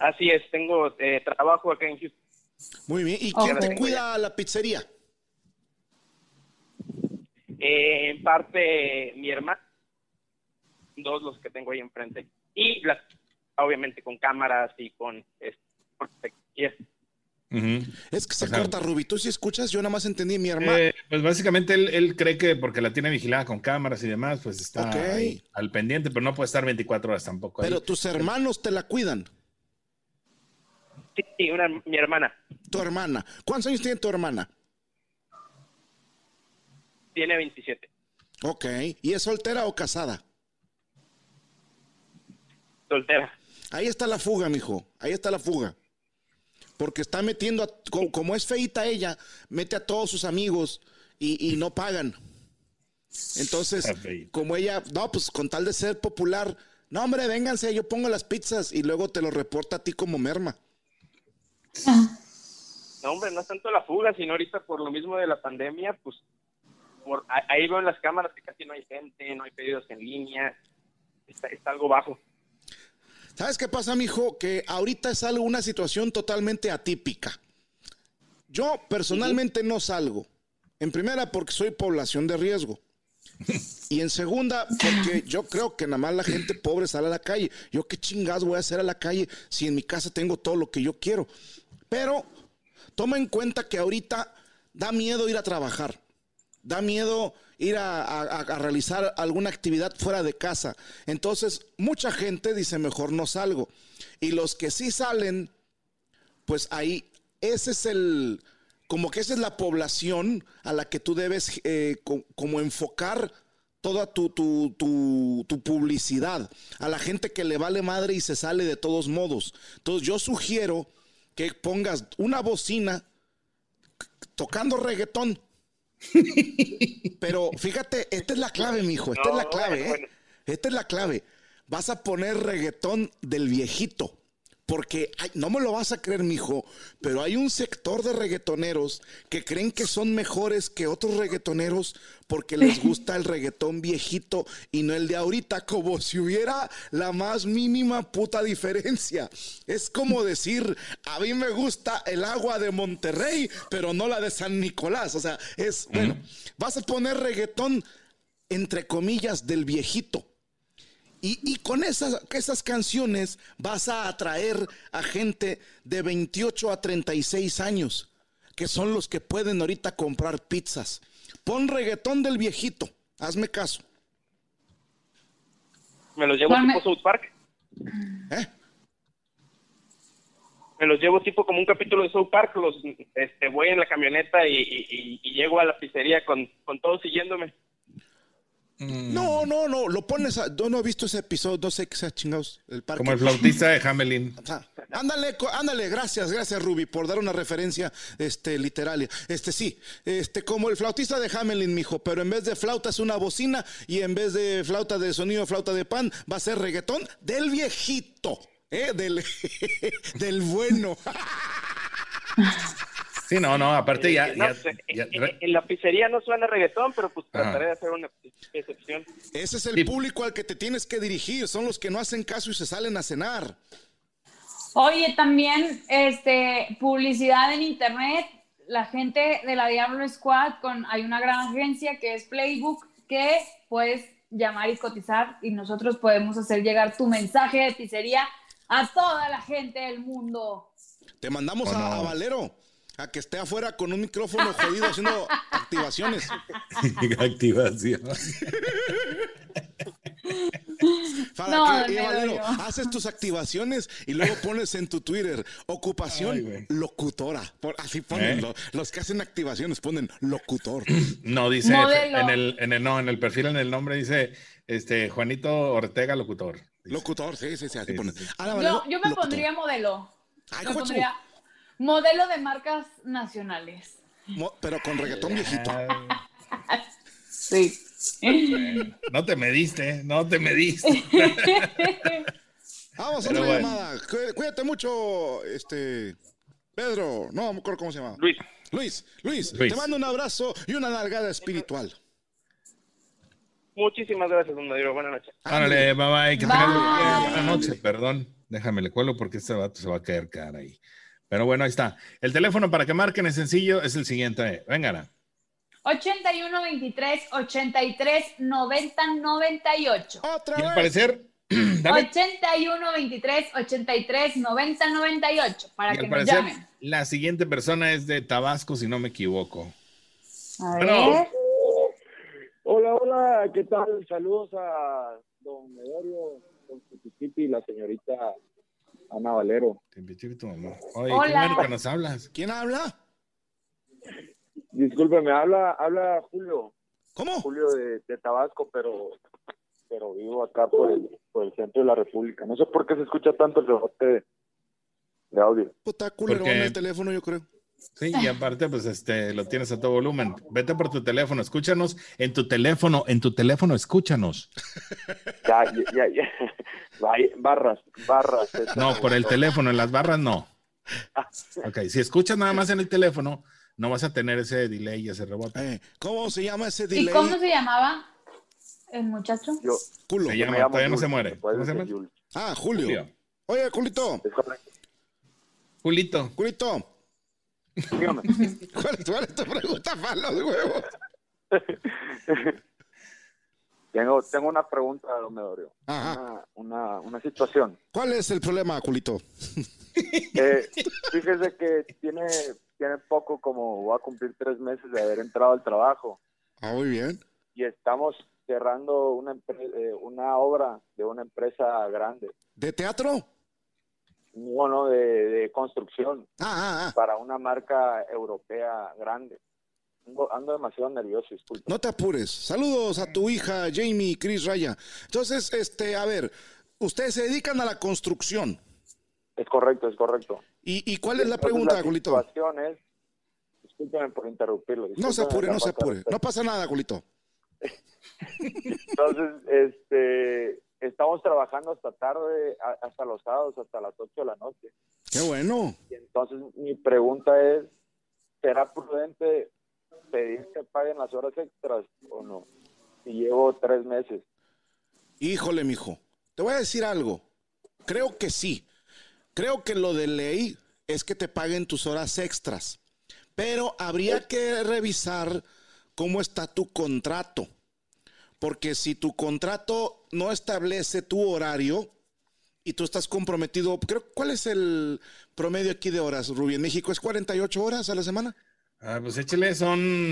Speaker 7: Así es, tengo eh, trabajo acá en Houston.
Speaker 5: Muy bien. ¿Y quién
Speaker 4: Ok.
Speaker 5: te cuida la pizzería?
Speaker 7: Eh, en parte mi hermano, dos los que tengo ahí enfrente. Y las, obviamente con cámaras y con... es- con tecnología.
Speaker 3: Ujú.
Speaker 5: Es que se
Speaker 3: O sea-
Speaker 5: corta, Ruby. ¿Tú sí escuchas? Yo nada más entendí mi hermano.
Speaker 3: Eh, pues básicamente él, él cree que porque la tiene vigilada con cámaras y demás, pues está
Speaker 5: Ok.
Speaker 3: ahí al pendiente, pero no puede estar 24 horas tampoco. ahí.
Speaker 5: Pero tus hermanos te la cuidan.
Speaker 7: Sí, sí, una, mi hermana
Speaker 5: Tu hermana. ¿Cuántos años tiene tu hermana?
Speaker 7: tiene 27.
Speaker 5: Ok. ¿Y es soltera o casada?
Speaker 7: soltera.
Speaker 5: Ahí está la fuga, mijo. Ahí está la fuga. Porque está metiendo, a- co- como, es feita ella, mete a todos sus amigos y, y no pagan. Entonces,
Speaker 3: Está feita.
Speaker 5: como ella, no, pues con tal de ser popular, no, hombre, vénganse, yo pongo las pizzas y luego te lo reporta a ti como merma.
Speaker 7: No, hombre, no es tanto la fuga, sino ahorita por lo mismo de la pandemia, pues por- a- ahí veo en las cámaras que casi no hay gente, no hay pedidos en línea, está, está algo bajo.
Speaker 5: ¿Sabes qué pasa, mijo? Que ahorita es algo, una situación totalmente atípica. Yo personalmente no salgo. En primera, porque soy población de riesgo. Y en segunda, porque yo creo que nada más la gente pobre sale a la calle. Yo qué chingados voy a hacer a la calle si en mi casa tengo todo lo que yo quiero. Pero toma en cuenta que ahorita da miedo ir a trabajar. Da miedo ir a, a- a- a realizar alguna actividad fuera de casa. Entonces, mucha gente dice, mejor no salgo. Y los que sí salen, pues ahí, ese es el, como que esa es la población a la que tú debes eh, co- como enfocar toda tu, tu- tu- tu publicidad, a la gente que le vale madre y se sale de todos modos. Entonces, yo sugiero que pongas una bocina tocando reggaetón. Pero fíjate, esta es la clave, mijo. Esta es la
Speaker 7: No,
Speaker 5: clave, ¿eh?
Speaker 7: bueno.
Speaker 5: Esta es la clave. Vas a poner reggaetón del viejito. Porque ay, no me lo vas a creer, mijo, pero hay un sector de reggaetoneros que creen que son mejores que otros reggaetoneros porque les gusta el reggaetón viejito y no el de ahorita, como si hubiera la más mínima puta diferencia. Es como decir, a mí me gusta el agua de Monterrey, pero no la de San Nicolás. O sea, es, bueno, vas a poner reggaetón entre comillas, del viejito. Y, y con esas, esas canciones vas a atraer a gente de 28 a 36 años, que son los que pueden ahorita comprar pizzas. Pon reggaetón del viejito, hazme caso.
Speaker 7: Me los llevo
Speaker 4: Ponme-
Speaker 7: tipo South Park,
Speaker 5: ¿eh?
Speaker 7: me los llevo tipo como un capítulo de South Park, los, este, voy en la camioneta y, y- y- y llego a la pizzería con, con todos siguiéndome.
Speaker 5: No, no, no, lo pones a... Yo no he visto ese episodio, no sé qué sea chingados, el parque.
Speaker 3: Como el flautista de Hamelin.
Speaker 5: O sea, ándale, co- ándale, gracias, gracias Ruby por dar una referencia este, literaria. Este sí, este, como el flautista de Hamelin, mijo, pero en vez de flauta es una bocina y en vez de flauta de sonido, flauta de pan, va a ser reggaetón del viejito, ¿eh? del, del bueno.
Speaker 3: Sí, no, no,
Speaker 5: Eh,
Speaker 3: aparte ya.
Speaker 7: No,
Speaker 3: ya-
Speaker 7: pues, en-
Speaker 3: ya-
Speaker 7: en, en la pizzería no suena reggaetón, pero pues
Speaker 3: Ajá.
Speaker 7: trataré de hacer una excepción.
Speaker 5: Ese es el
Speaker 3: Sí.
Speaker 5: público al que te tienes que dirigir, son los que no hacen caso y se salen a cenar.
Speaker 4: Oye, también este, publicidad en internet. La gente de la Diablo Squad, con, hay una gran agencia que es Playbook, que puedes llamar y cotizar y nosotros podemos hacer llegar tu mensaje de pizzería a toda la gente del mundo.
Speaker 5: Te mandamos
Speaker 3: Oh,
Speaker 5: a-
Speaker 3: no.
Speaker 5: a Valero a que esté afuera con un micrófono jodido haciendo activaciones.
Speaker 3: Activación.
Speaker 5: Para
Speaker 4: No,
Speaker 5: que,
Speaker 4: me
Speaker 5: eh, Valero,
Speaker 4: dolió.
Speaker 5: haces tus activaciones y luego pones en tu Twitter
Speaker 3: Ay,
Speaker 5: ocupación
Speaker 3: güey.
Speaker 5: locutora. Por- así ponen
Speaker 3: ¿Eh?
Speaker 5: lo- los que hacen activaciones ponen locutor.
Speaker 3: No, dice.
Speaker 4: Modelo.
Speaker 3: En el, en el, no, en el perfil, en el nombre dice este Juanito Ortega, locutor.
Speaker 5: Locutor, sí, sí, sí, así
Speaker 3: Sí,
Speaker 5: ponen.
Speaker 3: sí, sí.
Speaker 5: Ana Valero,
Speaker 4: Yo, yo me
Speaker 5: locutor.
Speaker 4: pondría modelo.
Speaker 5: Ay,
Speaker 4: Me
Speaker 5: hijo de su-
Speaker 4: pondría modelo de marcas nacionales.
Speaker 5: mo- pero con reggaetón viejito.
Speaker 3: Ah,
Speaker 4: Sí.
Speaker 3: No te mediste, no te mediste.
Speaker 5: Vamos,
Speaker 3: Pero
Speaker 5: otra
Speaker 3: bueno.
Speaker 5: llamada. Cué- Cuídate mucho, este. Pedro, no me acuerdo cómo se llama.
Speaker 8: Luis,
Speaker 5: Luis, Luis,
Speaker 3: Luis.
Speaker 5: te mando un abrazo y una nalgada espiritual.
Speaker 8: muchísimas gracias, don Madero. Buenas noches.
Speaker 3: Órale, bye bye, que
Speaker 4: Bye.
Speaker 3: tengas buena noche. Perdón, déjame le cuelo porque este vato se va a caer cara ahí. Pero bueno, ahí está. El teléfono para que marquen es sencillo, es el siguiente. Venga,
Speaker 4: 81 23 83 90 98.
Speaker 5: Otra
Speaker 3: y al
Speaker 5: vez.
Speaker 3: parecer, dale.
Speaker 4: 81 23 83 90 98. Para
Speaker 3: Y
Speaker 4: que
Speaker 3: al
Speaker 4: nos
Speaker 3: parecer,
Speaker 4: llamen.
Speaker 3: la siguiente persona es de Tabasco, si no me equivoco.
Speaker 4: A
Speaker 3: Bueno.
Speaker 4: ver.
Speaker 8: Hola, hola, ¿qué tal? Saludos a don Medorio, don Chiquitipi y la señorita Ana Valero.
Speaker 3: Te invité a tu mamá. Oye, qué
Speaker 4: Hola.
Speaker 3: bueno que nos hablas.
Speaker 5: ¿Quién habla?
Speaker 8: Discúlpeme, habla, habla Julio,
Speaker 5: ¿Cómo?
Speaker 8: Julio de, de Tabasco, pero, pero vivo acá por el, por el centro de la República. No sé por qué se escucha tanto el rebote de, de audio.
Speaker 5: Puta culero
Speaker 3: Porque-
Speaker 5: en el teléfono, yo creo.
Speaker 3: Sí, y aparte, pues este, lo tienes a todo volumen. Vete por tu teléfono, escúchanos en tu teléfono, en tu teléfono, escúchanos.
Speaker 8: Ya, ya, ya, ya. Ay, Barras, barras. eso.
Speaker 3: No, por el teléfono, en las barras no. Ok, si escuchas nada más en el teléfono, no vas a tener ese delay y ese rebote.
Speaker 5: Eh, ¿Cómo se llama ese
Speaker 4: ¿Y
Speaker 5: delay?
Speaker 4: cómo se llamaba el muchacho?
Speaker 8: Yo,
Speaker 5: Culo.
Speaker 3: Se
Speaker 8: yo
Speaker 3: llama,
Speaker 8: me llamo
Speaker 3: todavía no
Speaker 8: Jules,
Speaker 3: se muere.
Speaker 8: me puedes
Speaker 3: ¿Cómo se
Speaker 8: decir
Speaker 3: llama?
Speaker 8: Jules.
Speaker 5: Ah, Julio.
Speaker 3: Julio.
Speaker 5: Oye, Culito,
Speaker 8: Es correcto.
Speaker 3: Julito,
Speaker 5: Culito,
Speaker 8: Dígame.
Speaker 5: ¿cuál, es- cuál es tu pregunta para los huevos?
Speaker 8: Tengo, tengo una pregunta, don Medorio.
Speaker 5: Ajá.
Speaker 8: Una, una, una situación.
Speaker 5: ¿Cuál es el problema, Culito?
Speaker 8: Eh, fíjese que tiene, tiene poco, como va a cumplir tres meses de haber entrado al trabajo
Speaker 5: Ah, muy bien.
Speaker 8: y estamos cerrando una, empre- eh, una obra de una empresa grande,
Speaker 5: ¿De teatro?
Speaker 8: bueno, de, de construcción
Speaker 5: Ah, ah, ah.
Speaker 8: para una marca europea grande. Ando, ando demasiado nervioso, disculpe.
Speaker 5: No te apures. Saludos a tu hija, Jamie, Chris Raya. Entonces, este, a ver, ustedes se dedican a la construcción.
Speaker 8: Es correcto, es correcto.
Speaker 5: ¿Y, y cuál es la
Speaker 8: Entonces,
Speaker 5: pregunta, Culito?
Speaker 8: situación es- discúlpeme por interrumpirlo.
Speaker 5: No se
Speaker 8: discúlpeme
Speaker 5: apure,
Speaker 8: la
Speaker 5: no se
Speaker 8: falta de
Speaker 5: apure. No pasa nada, Culito.
Speaker 8: Entonces, este, estamos trabajando hasta tarde, a- hasta los sábados, hasta las 8 de la noche.
Speaker 5: Qué bueno.
Speaker 8: Y entonces mi pregunta es, ¿será prudente pedir que paguen las horas extras o no? Si llevo tres meses.
Speaker 5: Híjole, mijo. Te voy a decir algo. Creo que sí. Creo que lo de ley es que te paguen tus horas extras. Pero habría que revisar cómo está tu contrato. Porque si tu contrato no establece tu horario y tú estás comprometido, creo, ¿cuál es el promedio aquí de horas, Rubí? En México es 48 horas a la semana.
Speaker 3: ah, pues échale,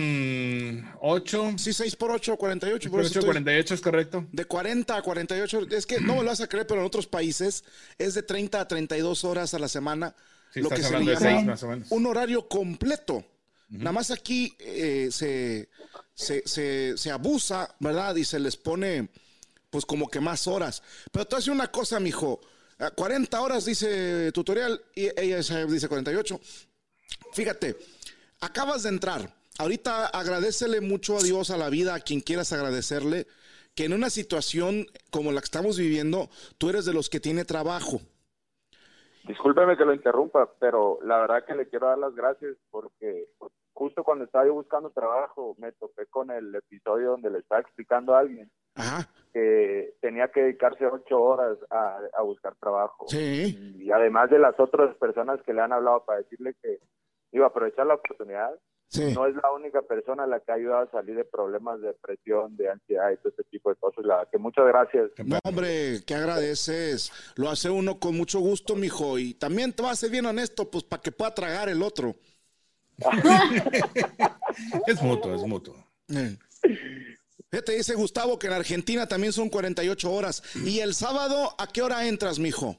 Speaker 3: son 8,
Speaker 5: Sí, 6 por 8, 48. Por eso
Speaker 3: 8,
Speaker 5: estoy-
Speaker 3: 48, es correcto.
Speaker 5: De 40 a 48, es que no me lo vas a creer, pero en otros países es de 30 a 32 horas a la semana,
Speaker 3: Sí,
Speaker 5: lo que
Speaker 3: estás
Speaker 5: se
Speaker 3: hablando
Speaker 5: le
Speaker 3: de 6
Speaker 5: llama
Speaker 3: más o menos.
Speaker 5: un horario completo. Nada más aquí eh, se, se, se- se abusa, ¿verdad? Y se les pone, pues, como que más horas. Pero tú haces una cosa, mijo. a 40 horas dice tutorial y ella esa dice 48. Fíjate, acabas de entrar. Ahorita agradecele mucho a Dios, a la vida, a quien quieras agradecerle, que en una situación como la que estamos viviendo, tú eres de los que tiene trabajo.
Speaker 8: Discúlpeme que lo interrumpa, pero la verdad que le quiero dar las gracias porque justo cuando estaba yo buscando trabajo me topé con el episodio donde le estaba explicando a alguien
Speaker 5: Ajá.
Speaker 8: que tenía que dedicarse ocho horas a, a buscar trabajo.
Speaker 5: Sí.
Speaker 8: Y además de las otras personas que le han hablado para decirle que iba a aprovechar la oportunidad,
Speaker 5: Sí.
Speaker 8: no es la única persona la que ha ayudado a salir de problemas de depresión, de ansiedad y todo ese tipo de cosas. La verdad que muchas gracias.
Speaker 5: No, hombre, que agradeces. Lo hace uno con mucho gusto, mijo. Y también te va a ser bien honesto, pues, para que pueda tragar el otro.
Speaker 3: Es mutuo, es mutuo.
Speaker 5: Eh. Fíjate, dice Gustavo que en Argentina también son 48 horas. ¿Y el sábado a qué hora entras, mijo?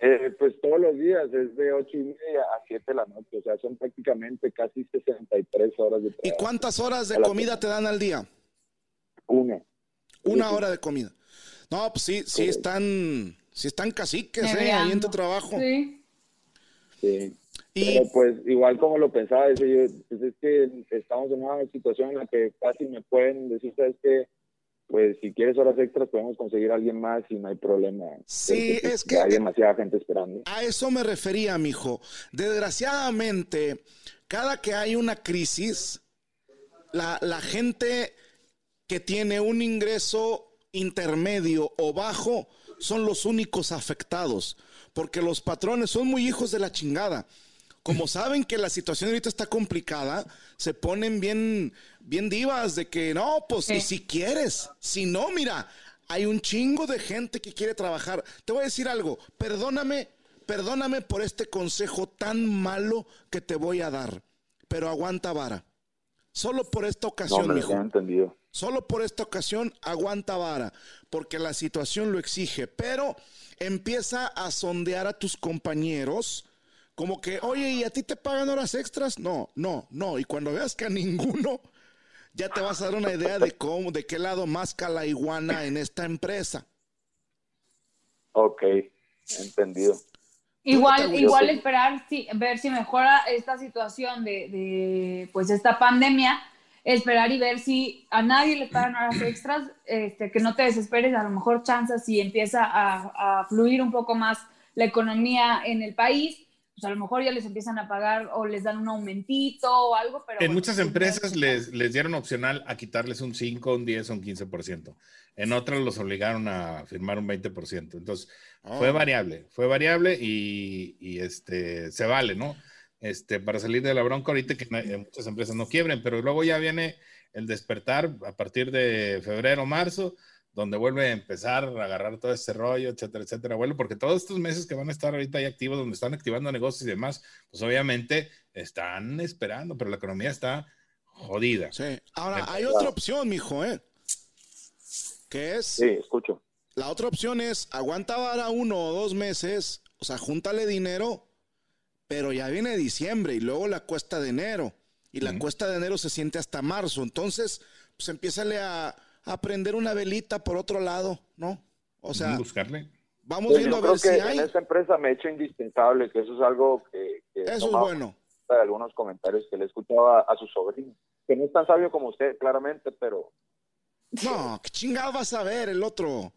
Speaker 8: Eh, pues todos los días es de ocho y media a siete de la noche, o sea, son prácticamente casi 63 horas de
Speaker 5: ¿Y
Speaker 8: trabajo.
Speaker 5: cuántas horas de
Speaker 8: A la
Speaker 5: comida te dan al día?
Speaker 8: Una.
Speaker 5: Una hora de comida. No, pues sí, sí están, sí están caciques, ¿eh? Ahí en tu
Speaker 4: Negreando.
Speaker 5: trabajo.
Speaker 4: Sí.
Speaker 9: Sí.
Speaker 5: Y
Speaker 9: Pero pues igual como lo pensaba, eso yo, pues es que estamos en una situación en la que casi me pueden decir, sabes que, pues si quieres horas extras podemos conseguir a alguien más y no hay problema.
Speaker 5: Sí,
Speaker 9: Porque,
Speaker 5: es
Speaker 9: pues,
Speaker 5: que-
Speaker 9: Hay demasiada gente esperando.
Speaker 5: a eso me refería, mijo. Desgraciadamente, cada que hay una crisis, la, la gente que tiene un ingreso intermedio o bajo son los únicos afectados, porque los patrones son muy hijos de la chingada. Como saben que la situación ahorita está complicada, se ponen bien, bien divas de que no, pues y
Speaker 4: Sí.
Speaker 5: si quieres, si no, mira, hay un chingo de gente que quiere trabajar. Te voy a decir algo, perdóname, perdóname por este consejo tan malo que te voy a dar, pero aguanta vara. Solo por esta
Speaker 9: No
Speaker 5: ocasión,
Speaker 9: me lo
Speaker 5: mijo.
Speaker 9: han entendido.
Speaker 5: Solo por esta ocasión aguanta vara, porque la situación lo exige, pero empieza a sondear a tus compañeros como que, oye, ¿y a ti te pagan horas extras? No, no, no. Y cuando veas que a ninguno, ya te vas a dar una idea de cómo, de qué lado más la iguana en esta empresa.
Speaker 9: Ok, entendido.
Speaker 4: Igual,
Speaker 5: Yo
Speaker 4: igual
Speaker 9: sé.
Speaker 4: esperar, sí, ver si mejora esta situación de, de, pues esta pandemia, esperar y ver si a nadie le pagan horas extras, este, que no te desesperes, a lo mejor chances si empieza a, a fluir un poco más la economía en el país, pues a lo mejor ya les empiezan a pagar o les dan un aumentito o algo, pero...
Speaker 3: En
Speaker 4: bueno, pues,
Speaker 3: muchas
Speaker 4: sí,
Speaker 3: empresas
Speaker 4: sí.
Speaker 3: les, les dieron opcional a quitarles un 5, un 10, un 15%. En otras los obligaron a firmar un 20%. Entonces, fue
Speaker 5: Oh.
Speaker 3: variable, fue variable y, y, este, se vale, ¿no? Este, para salir de la bronca ahorita que na- eh, muchas empresas no quiebren, pero luego ya viene el despertar a partir de febrero, marzo, donde vuelve a empezar a agarrar todo ese rollo, etcétera, etcétera, vuelve, porque todos estos meses que van a estar ahorita ahí activos, donde están activando negocios y demás, pues obviamente están esperando, pero la economía está jodida.
Speaker 5: Sí. Ahora,
Speaker 3: Em-
Speaker 5: hay otra opción, mijo, ¿eh? Que es...
Speaker 9: Sí, escucho.
Speaker 5: La otra opción es aguanta vara uno o dos meses, o sea, júntale dinero, pero ya viene diciembre y luego la cuesta de enero. Y la
Speaker 3: Ujú.
Speaker 5: cuesta de enero se siente hasta marzo. Entonces, pues empiézale a, a prender una velita por otro lado, ¿no? O sea,
Speaker 3: buscarle.
Speaker 5: vamos
Speaker 9: Pues,
Speaker 5: viendo a
Speaker 9: yo creo
Speaker 5: ver si
Speaker 9: que
Speaker 5: hay.
Speaker 9: en esta empresa me he hecho indispensable, que eso es algo que... que
Speaker 5: Eso es
Speaker 9: toma-
Speaker 5: bueno.
Speaker 9: de algunos comentarios que le escuchaba a su sobrino, que no es tan sabio como usted, claramente, pero
Speaker 5: No, qué chingado vas a ver el otro.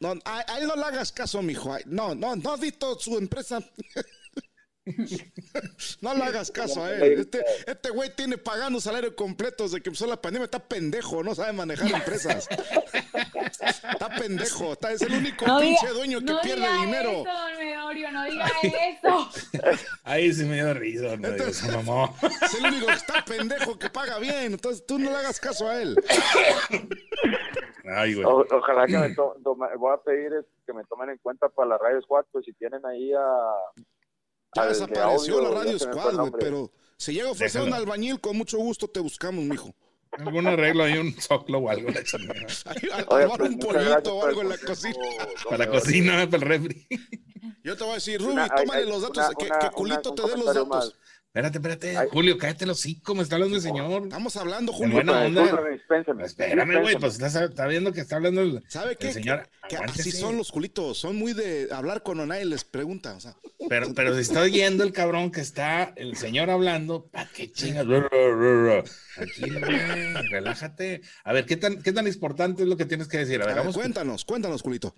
Speaker 5: No, a, a él no le hagas caso, mijo. Ay, No, no, no has visto su empresa. No le hagas caso a él. Este, este güey tiene pagando salario completo desde que empezó la pandemia. Está pendejo, no sabe manejar empresas. Está pendejo. Está, es el único
Speaker 4: No diga-
Speaker 5: pinche dueño que
Speaker 4: no
Speaker 5: pierde
Speaker 4: diga
Speaker 5: dinero.
Speaker 4: Eso, don Medorio, no diga eso.
Speaker 3: Ahí sí me dio risa, no,
Speaker 5: Entonces-
Speaker 3: se mamó.
Speaker 5: Es el único que está pendejo que paga bien. Entonces tú no le hagas caso a él.
Speaker 3: Ay, güey.
Speaker 9: o- ojalá que me to- tome- voy a pedir es que me tomen en cuenta para la Radio Squad, pues si tienen ahí a...
Speaker 5: Ya
Speaker 9: al de
Speaker 5: desapareció
Speaker 9: audio,
Speaker 5: la Radio
Speaker 9: ya se me fue el
Speaker 5: Squad, güey.
Speaker 9: nombre.
Speaker 5: Pero si llega a ofrecer un
Speaker 3: Déjalo.
Speaker 5: albañil, con mucho gusto te buscamos, mijo.
Speaker 3: Algún arreglo, hay un soclo o algo. la chingada.
Speaker 5: Ahí va a
Speaker 9: Oye,
Speaker 5: tomar
Speaker 9: pues,
Speaker 5: un
Speaker 9: muchas
Speaker 5: pollito
Speaker 9: gracias
Speaker 5: o
Speaker 9: por el
Speaker 5: algo en la
Speaker 9: consejo,
Speaker 5: cocina.
Speaker 9: don
Speaker 3: Para la
Speaker 9: Leonel.
Speaker 3: cocina, para el refri.
Speaker 5: Yo te voy a decir, Ruby,
Speaker 9: Una- hay-
Speaker 5: tómale
Speaker 9: hay
Speaker 5: los datos,
Speaker 9: una-
Speaker 5: que,
Speaker 9: una-
Speaker 5: que
Speaker 9: una-
Speaker 5: culito
Speaker 9: un
Speaker 5: te dé los
Speaker 9: comentario
Speaker 5: datos.
Speaker 9: más.
Speaker 3: Espérate, espérate.
Speaker 9: Ay.
Speaker 3: Julio, cállate los hocico, me está hablando el señor.
Speaker 5: Estamos hablando, Julio.
Speaker 3: Bueno,
Speaker 9: Pues,
Speaker 3: onda.
Speaker 9: discúlpeme, dispénseme,
Speaker 3: Espérame, güey,
Speaker 9: dispénseme.
Speaker 3: pues estás- está viendo que está hablando el,
Speaker 5: ¿Sabe qué?
Speaker 3: el señor.
Speaker 5: Que
Speaker 3: Aguántese.
Speaker 5: así son los culitos, son muy de hablar cuando nadie les pregunta. O sea,
Speaker 3: Pero, pero si está oyendo el cabrón que está el señor hablando, ¿pa qué chingas? Ru, ru, ru, ru. Tranquilo, güey, relájate. A ver, ¿qué tan, ¿qué tan importante es lo que tienes que decir? A
Speaker 5: a
Speaker 3: ver,
Speaker 5: ver,
Speaker 3: vamos.
Speaker 5: cuéntanos, cuéntanos, culito.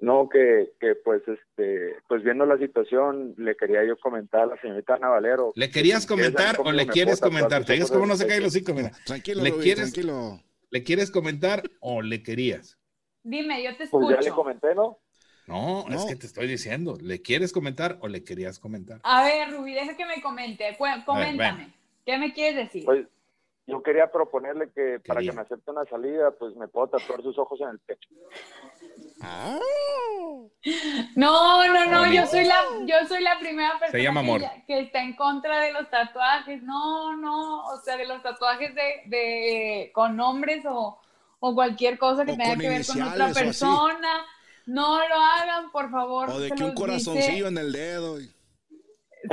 Speaker 9: No, que, que pues este, pues viendo la situación, le quería yo comentar a la señorita Ana Valero.
Speaker 3: ¿Le querías
Speaker 9: Si quieres, ahí
Speaker 3: comentar o
Speaker 9: conmigo
Speaker 3: le
Speaker 9: me
Speaker 3: quieres
Speaker 9: botas,
Speaker 3: comentar?
Speaker 9: claro,
Speaker 3: Te digas
Speaker 9: cosas
Speaker 3: cómo no se
Speaker 9: de-
Speaker 3: cae el hocico, mira.
Speaker 5: Tranquilo,
Speaker 3: ¿Le
Speaker 5: Ruby,
Speaker 3: quieres-
Speaker 5: tranquilo.
Speaker 3: ¿Le quieres comentar o le querías?
Speaker 4: Dime, yo te escucho.
Speaker 9: Pues ya le comenté, ¿no?
Speaker 3: No, es
Speaker 5: No.
Speaker 3: que te estoy diciendo, ¿le quieres comentar o le querías comentar?
Speaker 4: A ver, Rubí, deja que me comente. Cu- Ah, Coméntame. ¿Qué me quieres decir?
Speaker 9: Pues yo quería proponerle que para
Speaker 3: Quería.
Speaker 9: que me acepte una salida, pues me puedo tatuar sus ojos en el pecho.
Speaker 4: no, no, no,
Speaker 3: Bonito.
Speaker 4: yo soy la, yo soy la primera persona
Speaker 3: llama
Speaker 4: que,
Speaker 3: amor.
Speaker 4: ya- que está en contra de los tatuajes. No, no, o sea, de los tatuajes de, de con nombres o, o cualquier cosa que
Speaker 5: O
Speaker 4: tenga
Speaker 5: con
Speaker 4: que ver con otra
Speaker 5: iniciales o así.
Speaker 4: persona. No lo hagan, por favor.
Speaker 5: O de
Speaker 4: se
Speaker 5: que un
Speaker 4: los dice-
Speaker 5: corazoncillo en el dedo. y-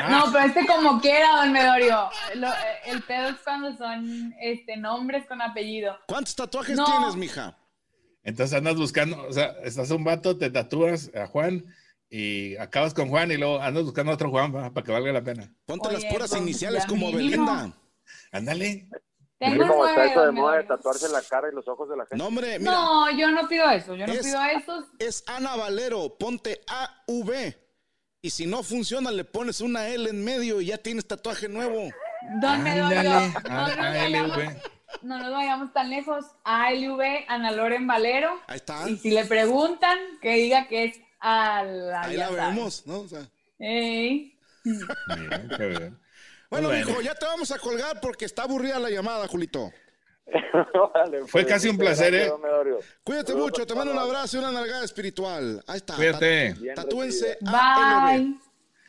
Speaker 4: No, pero este como quiera, don Medorio. Lo- el pedo es cuando son este, nombres con apellido.
Speaker 5: ¿Cuántos tatuajes
Speaker 4: No.
Speaker 5: tienes, mija?
Speaker 3: Entonces andas buscando, o sea, estás un vato, te tatúas a Juan y acabas con Juan y luego andas buscando a otro Juan pa- para, que valga la pena.
Speaker 5: Ponte
Speaker 4: Oye,
Speaker 5: las puras
Speaker 4: pues,
Speaker 5: iniciales
Speaker 4: ya
Speaker 5: como
Speaker 4: mínimo.
Speaker 5: Belinda.
Speaker 3: Ándale.
Speaker 4: Tengo
Speaker 9: Es como
Speaker 4: nueve,
Speaker 9: está eso de
Speaker 4: don
Speaker 9: moda de
Speaker 4: Medorio.
Speaker 9: tatuarse la cara y los ojos de la gente.
Speaker 5: No, hombre, mira,
Speaker 4: No, yo no pido eso, yo no
Speaker 5: Es-
Speaker 4: pido eso.
Speaker 5: es Ana Valero, ponte AV. Y si no funciona, le pones una L en medio y ya tienes tatuaje nuevo.
Speaker 4: Don Medorio,
Speaker 3: Ándale.
Speaker 4: no, nos
Speaker 3: A-
Speaker 4: vayamos-
Speaker 3: ALV.
Speaker 4: no nos vayamos tan lejos. ALV, Ana Loren Valero.
Speaker 5: Ahí está.
Speaker 4: Y si le preguntan, que diga que es a la.
Speaker 5: Ahí
Speaker 4: ya
Speaker 5: la
Speaker 4: sabe.
Speaker 5: vemos, ¿no? O sea,
Speaker 4: Ey.
Speaker 3: Mira, qué bien.
Speaker 5: Bueno,
Speaker 3: Bueno.
Speaker 5: mijo, ya te vamos a colgar porque está aburrida la llamada, Julito.
Speaker 9: Vale,
Speaker 3: Fue
Speaker 9: pues,
Speaker 3: casi un
Speaker 9: muchas
Speaker 3: placer,
Speaker 9: gracias,
Speaker 3: ¿eh?
Speaker 9: don Medorio.
Speaker 5: Cuídate
Speaker 9: Saludos
Speaker 5: mucho,
Speaker 9: a
Speaker 5: te mando un
Speaker 9: todos.
Speaker 5: abrazo y una nalgada espiritual. Ahí está.
Speaker 3: Cuídate.
Speaker 5: Tat- Tatúense ALV.
Speaker 4: Bye.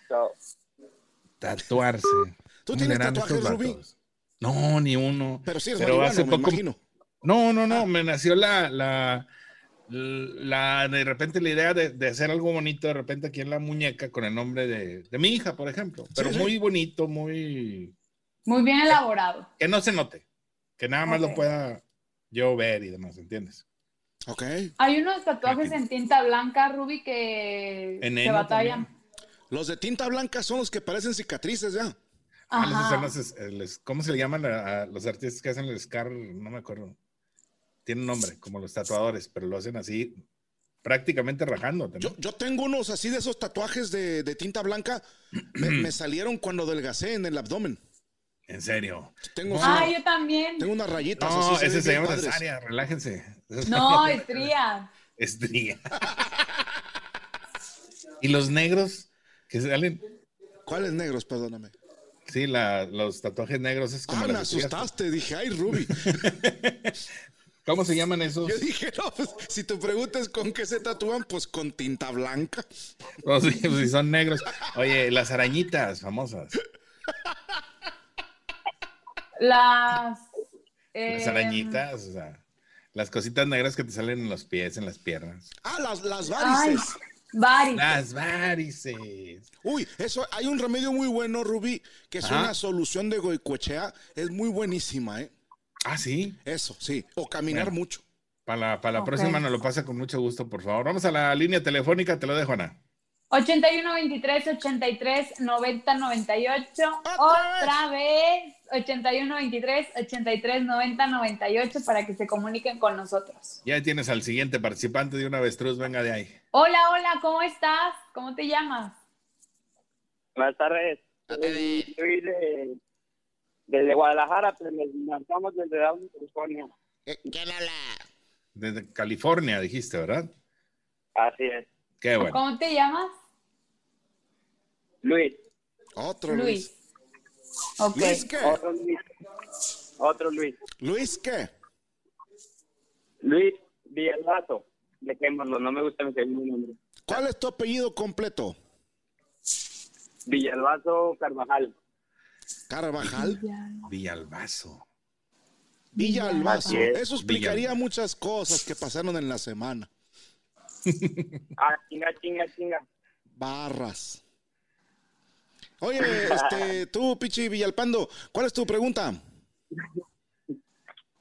Speaker 9: Chao.
Speaker 3: Tatuarse.
Speaker 5: ¿Tú
Speaker 3: ¿Cómo
Speaker 5: tienes
Speaker 3: serán
Speaker 5: tatuajes,
Speaker 3: estos
Speaker 5: Rubí?
Speaker 3: vatos? No, ni uno.
Speaker 5: Pero sí eres
Speaker 3: Pero
Speaker 5: marihuano,
Speaker 3: hace
Speaker 5: me
Speaker 3: poco-
Speaker 5: imagino.
Speaker 3: No, no, no, me nació la, la, la, de repente la idea de, de hacer algo bonito de repente aquí en la muñeca con el nombre de, de mi hija, por ejemplo, pero
Speaker 5: sí.
Speaker 3: muy bonito, muy,
Speaker 4: Muy bien elaborado.
Speaker 3: que no se note, que nada más
Speaker 4: Ok.
Speaker 3: lo pueda yo ver y demás, ¿entiendes?
Speaker 5: Ok.
Speaker 4: Hay unos tatuajes
Speaker 3: Tranquilo.
Speaker 4: en tinta blanca, Ruby, que
Speaker 3: En
Speaker 4: se
Speaker 3: heno
Speaker 4: batallan.
Speaker 3: también.
Speaker 5: Los de tinta blanca son los que parecen cicatrices ya.
Speaker 3: Ah, los
Speaker 4: Ajá.
Speaker 3: escenas es- el es- ¿Cómo se le llaman a, a los artistas que hacen el scar? No me acuerdo. Tiene un nombre, como los tatuadores, pero lo hacen así, prácticamente rajándote. ¿no?
Speaker 5: Yo, yo tengo unos así de esos tatuajes de, de tinta blanca. Me, me salieron cuando adelgacé en el abdomen.
Speaker 3: En serio.
Speaker 5: Tengo,
Speaker 4: Ah,
Speaker 5: así-
Speaker 4: yo también.
Speaker 5: tengo unas rayitas
Speaker 3: No,
Speaker 5: así.
Speaker 3: ese
Speaker 5: ven
Speaker 3: se
Speaker 5: bien
Speaker 3: llama
Speaker 5: padres.
Speaker 3: cesárea, relájense.
Speaker 4: No, estría.
Speaker 3: Estría. Este y los negros que salen,
Speaker 5: ¿Cuáles negros? Perdóname.
Speaker 3: sí, la- los tatuajes negros es como
Speaker 5: Ah, me
Speaker 3: las estrías.
Speaker 5: asustaste. Dije, ay, Ruby.
Speaker 3: ¿Cómo se llaman esos?
Speaker 5: Yo dije, no, pues, si te preguntas con qué se tatúan, pues con tinta blanca.
Speaker 3: Oh, sí, pues, sí, son negros. Oye, las arañitas famosas.
Speaker 4: Las.
Speaker 3: Las
Speaker 4: eh,
Speaker 3: arañitas, o sea, las cositas negras que te salen en los pies, en las piernas.
Speaker 5: Ah, las, las
Speaker 4: Ay,
Speaker 5: varices.
Speaker 4: varices.
Speaker 3: Las varices.
Speaker 5: Uy, eso, hay un remedio muy bueno, Ruby, que es
Speaker 3: Ajá.
Speaker 5: una solución de goicoechea. Es muy buenísima, ¿eh?
Speaker 3: Ah, sí.
Speaker 5: Eso, sí. O caminar
Speaker 3: Bueno.
Speaker 5: mucho.
Speaker 3: Para la, para la
Speaker 4: Ok.
Speaker 3: próxima nos lo pasa con mucho gusto, por favor. Vamos a la línea telefónica, te lo dejo, Ana.
Speaker 4: 81 23 83 90 98
Speaker 5: ¡Otra
Speaker 4: otra vez 81 23 83 90 98 para que se comuniquen con nosotros.
Speaker 3: Ya tienes al siguiente participante de una avestruz, venga de ahí.
Speaker 4: Hola, hola, ¿cómo estás? ¿Cómo te llamas?
Speaker 10: Buenas tardes. Soy soy de, desde Guadalajara, pero nos lanzamos desde Downey, California.
Speaker 3: Desde California, dijiste, ¿verdad?
Speaker 10: Así es.
Speaker 3: Qué bueno.
Speaker 4: ¿Cómo te llamas?
Speaker 10: Luis,
Speaker 5: Otro Luis.
Speaker 4: Luis. Ok.
Speaker 5: ¿Luis qué?
Speaker 10: otro Luis. Otro Luis.
Speaker 5: ¿Luis qué?
Speaker 10: Luis Villalbazo. Dejémoslo, no me gusta mi segundo nombre.
Speaker 5: ¿Cuál es tu apellido completo?
Speaker 10: Villalbazo Carvajal.
Speaker 5: Carvajal.
Speaker 3: Villalbazo.
Speaker 5: Villalbazo.
Speaker 10: Así es.
Speaker 5: Eso explicaría
Speaker 3: Villalbazo.
Speaker 5: muchas cosas que pasaron en la semana.
Speaker 10: Ah, chinga, chinga, chinga.
Speaker 5: Barras. Oye, este, tú, Pichi Villalpando, ¿cuál es tu pregunta?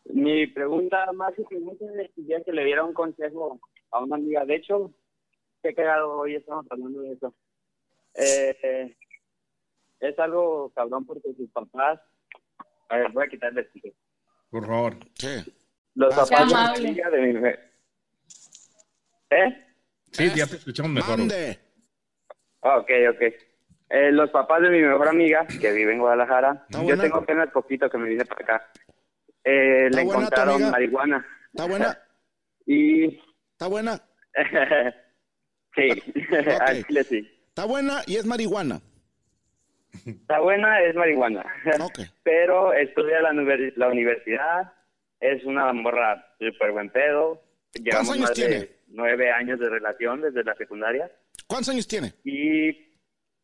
Speaker 10: Mi pregunta más que pregunta es si quisiera que le diera un consejo a una amiga. De hecho, se he quedado hoy, estamos hablando de eso. Eh, eh, es algo cabrón porque sus papás... A ver, voy a quitarle el sticker.
Speaker 3: Por favor.
Speaker 5: ¿Qué?
Speaker 10: Los
Speaker 5: Ah,
Speaker 10: papás
Speaker 4: qué
Speaker 10: de la
Speaker 4: amable.
Speaker 10: chica de mi mujer. ¿Eh?
Speaker 3: Sí, ya te escuchamos mejor.
Speaker 5: Mande.
Speaker 10: Ah, Ok, ok. Eh, los papás de mi mejor amiga, que vive en Guadalajara,
Speaker 5: Está
Speaker 10: yo
Speaker 5: buena.
Speaker 10: tengo apenas poquito que me vine para acá, eh,
Speaker 5: Está
Speaker 10: le
Speaker 5: buena tu
Speaker 10: encontraron
Speaker 5: amiga.
Speaker 10: marihuana.
Speaker 5: ¿Está buena?
Speaker 10: Y...
Speaker 5: ¿Está buena?
Speaker 10: sí, al chile sí.
Speaker 5: ¿Está buena y es marihuana?
Speaker 10: Está buena, es marihuana.
Speaker 5: Ok.
Speaker 10: Pero estudia la, nuver- la universidad, es una morra súper buen pedo. Llevamos
Speaker 5: años
Speaker 10: más
Speaker 5: tiene?
Speaker 10: de nueve años de relación desde la secundaria.
Speaker 5: ¿Cuántos años tiene?
Speaker 10: Y...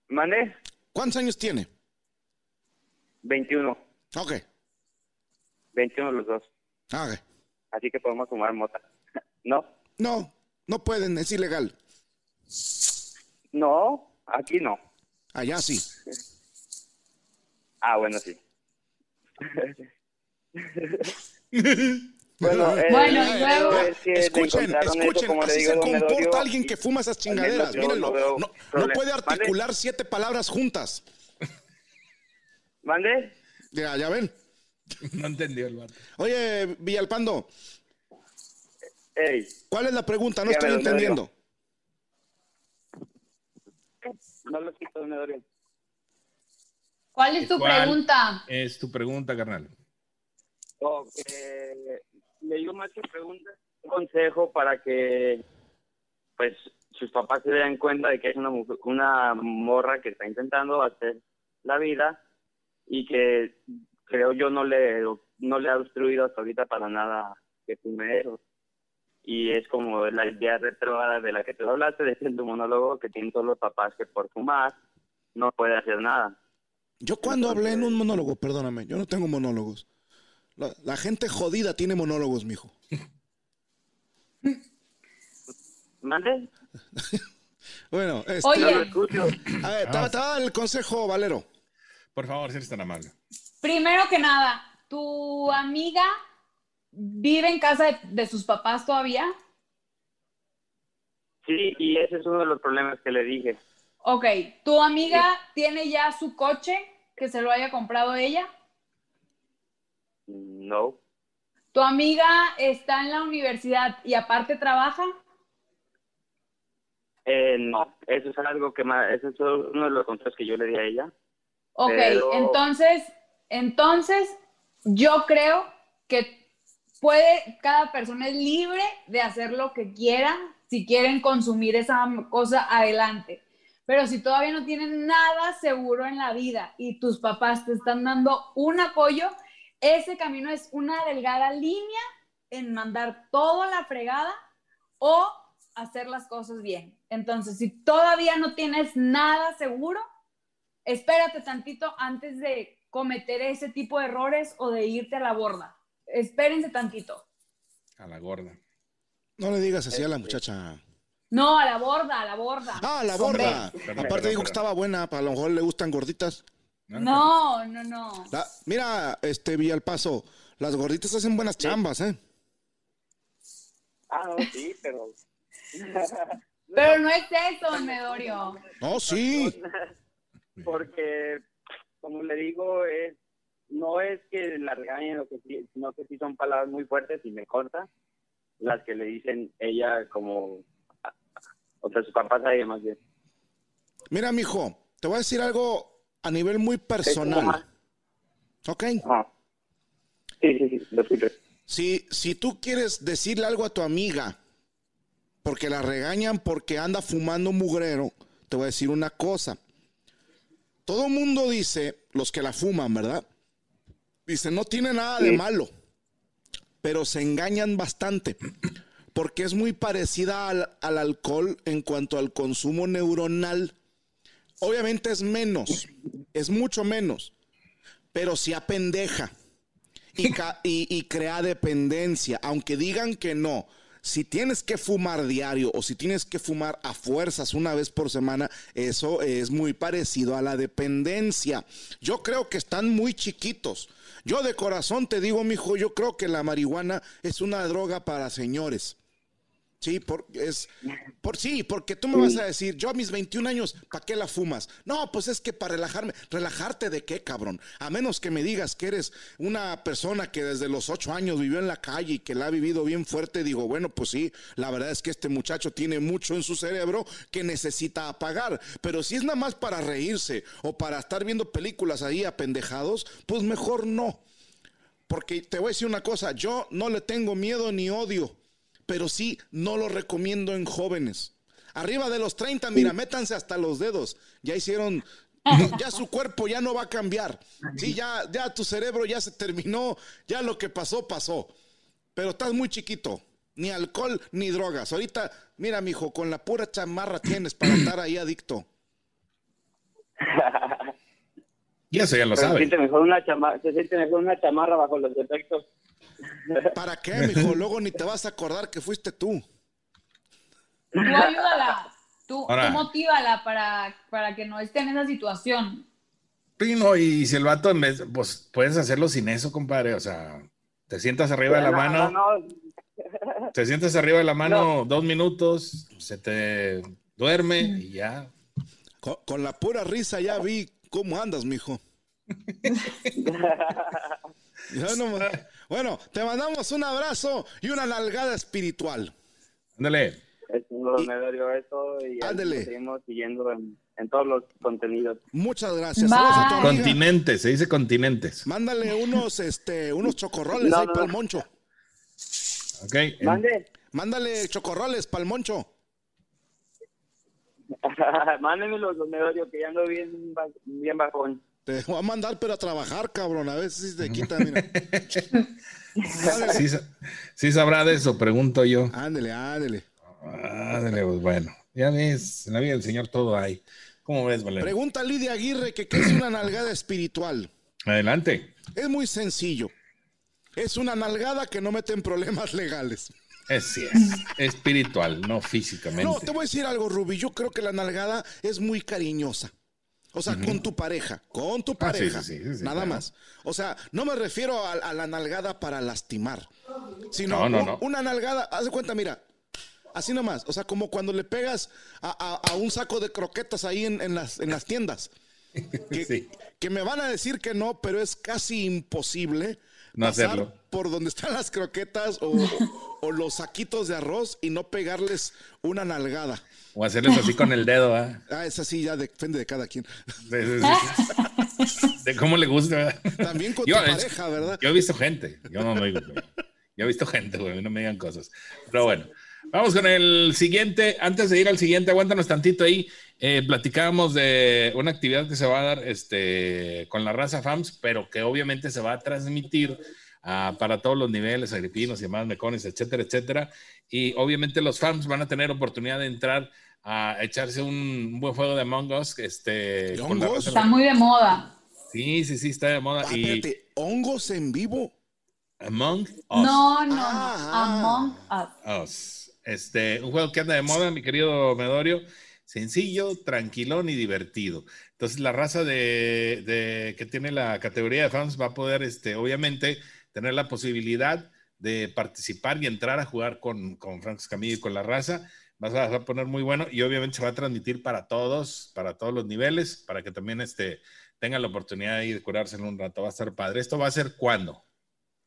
Speaker 10: ¿Mandé?
Speaker 5: ¿Cuántos años tiene?
Speaker 10: 21.
Speaker 5: Ok.
Speaker 10: 21 los dos.
Speaker 5: Ah, ok.
Speaker 10: Así que podemos fumar mota. ¿No?
Speaker 5: No, no pueden, es ilegal.
Speaker 10: No, aquí no.
Speaker 5: Allá sí.
Speaker 10: Ah, bueno, sí. Bueno, eh,
Speaker 4: Bueno, y luego-
Speaker 10: pues, que me
Speaker 5: Escuchen,
Speaker 10: encontraron eso,
Speaker 5: escuchen,
Speaker 10: como le
Speaker 5: así
Speaker 10: digo,
Speaker 5: se
Speaker 10: donde
Speaker 5: comporta
Speaker 10: dolió,
Speaker 5: alguien
Speaker 10: y-
Speaker 5: que fuma esas
Speaker 10: al menos
Speaker 5: chingaderas.
Speaker 10: yo
Speaker 5: Mírenlo,
Speaker 10: no veo
Speaker 5: no, no
Speaker 10: problema.
Speaker 5: puede
Speaker 10: ¿Mande?
Speaker 5: articular siete palabras juntas.
Speaker 10: ¿Mande?
Speaker 5: Ya, ya ven.
Speaker 3: No entendió el vato.
Speaker 5: Oye, Villalpando,
Speaker 10: Ey,
Speaker 5: ¿cuál es la pregunta? No
Speaker 10: Ya
Speaker 5: estoy
Speaker 10: me lo
Speaker 5: entendiendo.
Speaker 10: no lo quito donde dolió.
Speaker 4: ¿Cuál es tu
Speaker 3: ¿Cuál?
Speaker 4: pregunta?
Speaker 3: Es tu pregunta, carnal.
Speaker 10: No, que le digo más que pregunta, un consejo para que pues sus papás se den cuenta de que es una, mujer- una morra que está intentando hacer la vida y que creo yo no le no le ha obstruido hasta ahorita para nada que fume eso. Y es como la idea retrógrada de la que tú hablaste, de tu monólogo, que tienen todos los papás que por fumar no puede hacer nada.
Speaker 5: Yo cuando hablé en un monólogo, perdóname, yo no tengo monólogos. La, la gente jodida tiene monólogos, mijo.
Speaker 10: ¿Mande?
Speaker 5: Bueno, este,
Speaker 10: No lo
Speaker 4: Oye,
Speaker 10: escucho.
Speaker 5: a ver, te- te va el consejo, Valero.
Speaker 3: Por favor, si eres tan amable.
Speaker 4: primero que nada, ¿tu amiga vive en casa de, de sus papás todavía?
Speaker 10: Sí, y ese es uno de los problemas que le dije.
Speaker 4: Ok, ¿tu amiga tiene ya su coche que se lo haya comprado ella?
Speaker 10: No,
Speaker 4: ¿Tu amiga está en la universidad y aparte trabaja?
Speaker 10: eh, no, eso es algo que más, eso es uno de los consejos que yo le di a ella.
Speaker 4: Ok,
Speaker 10: Pero-
Speaker 4: entonces, entonces yo creo que puede, cada persona es libre de hacer lo que quiera, si quieren consumir esa cosa adelante. Pero si todavía no tienen nada seguro en la vida y tus papás te están dando un apoyo, ese camino es una delgada línea en mandar todo a la fregada o hacer las cosas bien. Entonces, si todavía no tienes nada seguro, espérate tantito antes de cometer ese tipo de errores o de irte a la borda. Espérense tantito.
Speaker 3: A la gorda.
Speaker 5: No le digas así a
Speaker 10: Este.
Speaker 5: la muchacha.
Speaker 4: No, a la borda, a la borda.
Speaker 5: Ah, la borda.
Speaker 3: Perdón, perdón,
Speaker 5: Aparte dijo
Speaker 3: perdón.
Speaker 5: que estaba buena, para lo mejor le gustan gorditas.
Speaker 4: No, no, no.
Speaker 5: La- mira, este Villalpaso, las gorditas hacen buenas chambas, ¿eh?
Speaker 10: Ah, no, sí, pero
Speaker 4: Pero no es eso, Medorio.
Speaker 5: No, sí.
Speaker 10: porque, como le digo, es, no es que la regañen, o que sí, sino que sí son palabras muy fuertes y me corta las que le dicen ella como, o sea, sus papás a ella más bien.
Speaker 5: Mira, mijo, te voy a decir algo a nivel muy personal. ¿Ok?
Speaker 10: Ajá. Sí, sí, sí, lo escucho.
Speaker 5: Si, si tú quieres decirle algo a tu amiga, porque la regañan porque anda fumando mugrero, te voy a decir una cosa. Todo mundo dice, los que la fuman, ¿verdad? Dice, no tiene nada de
Speaker 10: Sí.
Speaker 5: malo, pero se engañan bastante, porque es muy parecida al, al alcohol en cuanto al consumo neuronal. Obviamente es menos, es mucho menos, pero sí apendeja y, ca- y- y crea dependencia, aunque digan que no. Si tienes que fumar diario o si tienes que fumar a fuerzas una vez por semana, eso es muy parecido a la dependencia. Yo creo que están muy chiquitos. Yo de corazón te digo, mijo, yo creo que la marihuana es una droga para señores. Sí, por, es, por, sí, porque tú me vas a decir, yo a mis 21 años, ¿para qué la fumas? No, pues es que para relajarme, relajarte de qué, cabrón. A menos que me digas que eres una persona que desde los 8 años vivió en la calle y que la ha vivido bien fuerte, digo, bueno, pues sí, la verdad es que este muchacho tiene mucho en su cerebro que necesita apagar. Pero si es nada más para reírse o para estar viendo películas ahí apendejados, pues mejor no. Porque te voy a decir una cosa, yo no le tengo miedo ni odio, pero sí no lo recomiendo en jóvenes. Arriba de los 30, mira, métanse hasta los dedos. Ya hicieron, ya su cuerpo ya no va a cambiar. Sí, ya, ya tu cerebro ya se terminó, ya lo que pasó, pasó. Pero estás muy chiquito. Ni alcohol ni drogas. Ahorita, mira, mijo, con la pura chamarra tienes para estar ahí adicto.
Speaker 3: Y eso ya lo
Speaker 10: Pero se
Speaker 3: sabe.
Speaker 10: siente mejor una chamarra, se siente mejor una chamarra bajo los defectos.
Speaker 5: ¿Para qué, mijo? Luego ni te vas a acordar que fuiste tú.
Speaker 4: Tú ayúdala. Tú, tú
Speaker 3: Ahora.
Speaker 4: motívala para, para que no esté en esa situación.
Speaker 3: Sí, no, y si el vato, en vez, pues puedes hacerlo sin eso, compadre. O sea, Te sientas arriba de la
Speaker 10: No,
Speaker 3: mano,
Speaker 10: no, no.
Speaker 3: te sientas arriba de la mano dos minutos, se te duerme
Speaker 4: Mm.
Speaker 3: y ya.
Speaker 5: Con, con la pura risa ya vi cómo andas, mijo. Ya no ma- bueno, te mandamos un abrazo y una nalgada espiritual.
Speaker 3: Ándale.
Speaker 10: Es un remedio eso y ahí
Speaker 5: Ándele.
Speaker 10: nos seguimos siguiendo en, en todos los contenidos.
Speaker 5: Muchas gracias. Saludos a tu amiga.
Speaker 3: Continente, se dice continentes.
Speaker 5: Mándale unos, este, unos chocorroles
Speaker 10: No,
Speaker 5: ahí
Speaker 10: no,
Speaker 5: pa'l
Speaker 10: no.
Speaker 5: moncho.
Speaker 3: Ok. en-
Speaker 10: Mande,
Speaker 5: Mándale chocorroles pa'l moncho.
Speaker 10: mándeme los remedios que ya ando bien, ba- bien bajón.
Speaker 5: Te voy a mandar, pero a trabajar, cabrón. A ver si te quita, mira. Ándale,
Speaker 3: Sí, sa- sí sabrá de eso, pregunto yo.
Speaker 5: ándale, ándele.
Speaker 3: Ándale, pues bueno. Ya ves, en la vida del Señor todo hay. ¿Cómo ves, Valeria?
Speaker 5: Pregunta a Lidia Aguirre que qué es una nalgada espiritual.
Speaker 3: Adelante.
Speaker 5: Es muy sencillo. Es una nalgada que no mete en problemas legales.
Speaker 3: Así es. Espiritual, no
Speaker 5: No,
Speaker 3: físicamente.
Speaker 5: te voy a decir algo, Ruby. Yo creo que la nalgada es muy cariñosa. O sea, con tu pareja, con tu
Speaker 3: Ah, sí,
Speaker 5: pareja.
Speaker 3: sí, sí, sí, sí,
Speaker 5: nada
Speaker 3: claro.
Speaker 5: más. O sea, no me refiero a, a la nalgada para lastimar, sino
Speaker 3: No, no,
Speaker 5: un-
Speaker 3: no.
Speaker 5: una nalgada. Haz de cuenta, mira, así nomás. O sea, como cuando le pegas a, a- a un saco de croquetas ahí en, en las, en las tiendas. Que,
Speaker 3: Sí.
Speaker 5: que me van a decir que no, pero es casi imposible
Speaker 3: No
Speaker 5: pasar
Speaker 3: hacerlo.
Speaker 5: por donde están las croquetas o, o los saquitos de arroz y no pegarles una nalgada.
Speaker 3: O hacerles así con el dedo, ¿ah?
Speaker 5: Ah, esa sí ya depende de cada quien.
Speaker 3: Sí, sí, sí, sí. De cómo le gusta, ¿verdad?
Speaker 5: También con tu
Speaker 3: es-
Speaker 5: pareja, ¿verdad?
Speaker 3: Yo he visto gente. Yo no me digo, güey. Yo he visto gente, güey. a mí No me digan cosas. Pero bueno, vamos con el siguiente. Antes de ir al siguiente, aguántanos tantito ahí. Eh, platicábamos de una actividad que se va a dar este, con la raza FAMS, pero que obviamente se va a transmitir ah, para todos los niveles, agripinos y demás, mecones, etcétera, etcétera. Y obviamente los FAMS van a tener oportunidad de entrar a echarse un, un buen juego de Among Us. Este,
Speaker 5: ¿De
Speaker 3: con la
Speaker 5: hongos?
Speaker 3: raza-
Speaker 4: Está muy de moda.
Speaker 3: Sí, sí, sí, está de moda.
Speaker 5: Ah,
Speaker 3: y
Speaker 5: espérate, hongos en vivo.
Speaker 3: Among Us.
Speaker 4: No, no, no.
Speaker 5: Ah.
Speaker 4: Among Us.
Speaker 3: Us. Oh, Este, un juego que anda de moda, mi querido Medorio. Sencillo, tranquilón y divertido. Entonces, la raza de, de- que tiene la categoría de fans va a poder, este, obviamente, tener la posibilidad de participar y entrar a jugar con, con Franco Escamilla y con la raza. Vas a, va a poner muy bueno y obviamente se va a transmitir para todos, para todos los niveles, para que también este, tengan la oportunidad ahí de curarse en un rato. Va a estar padre. ¿Esto va a ser cuándo?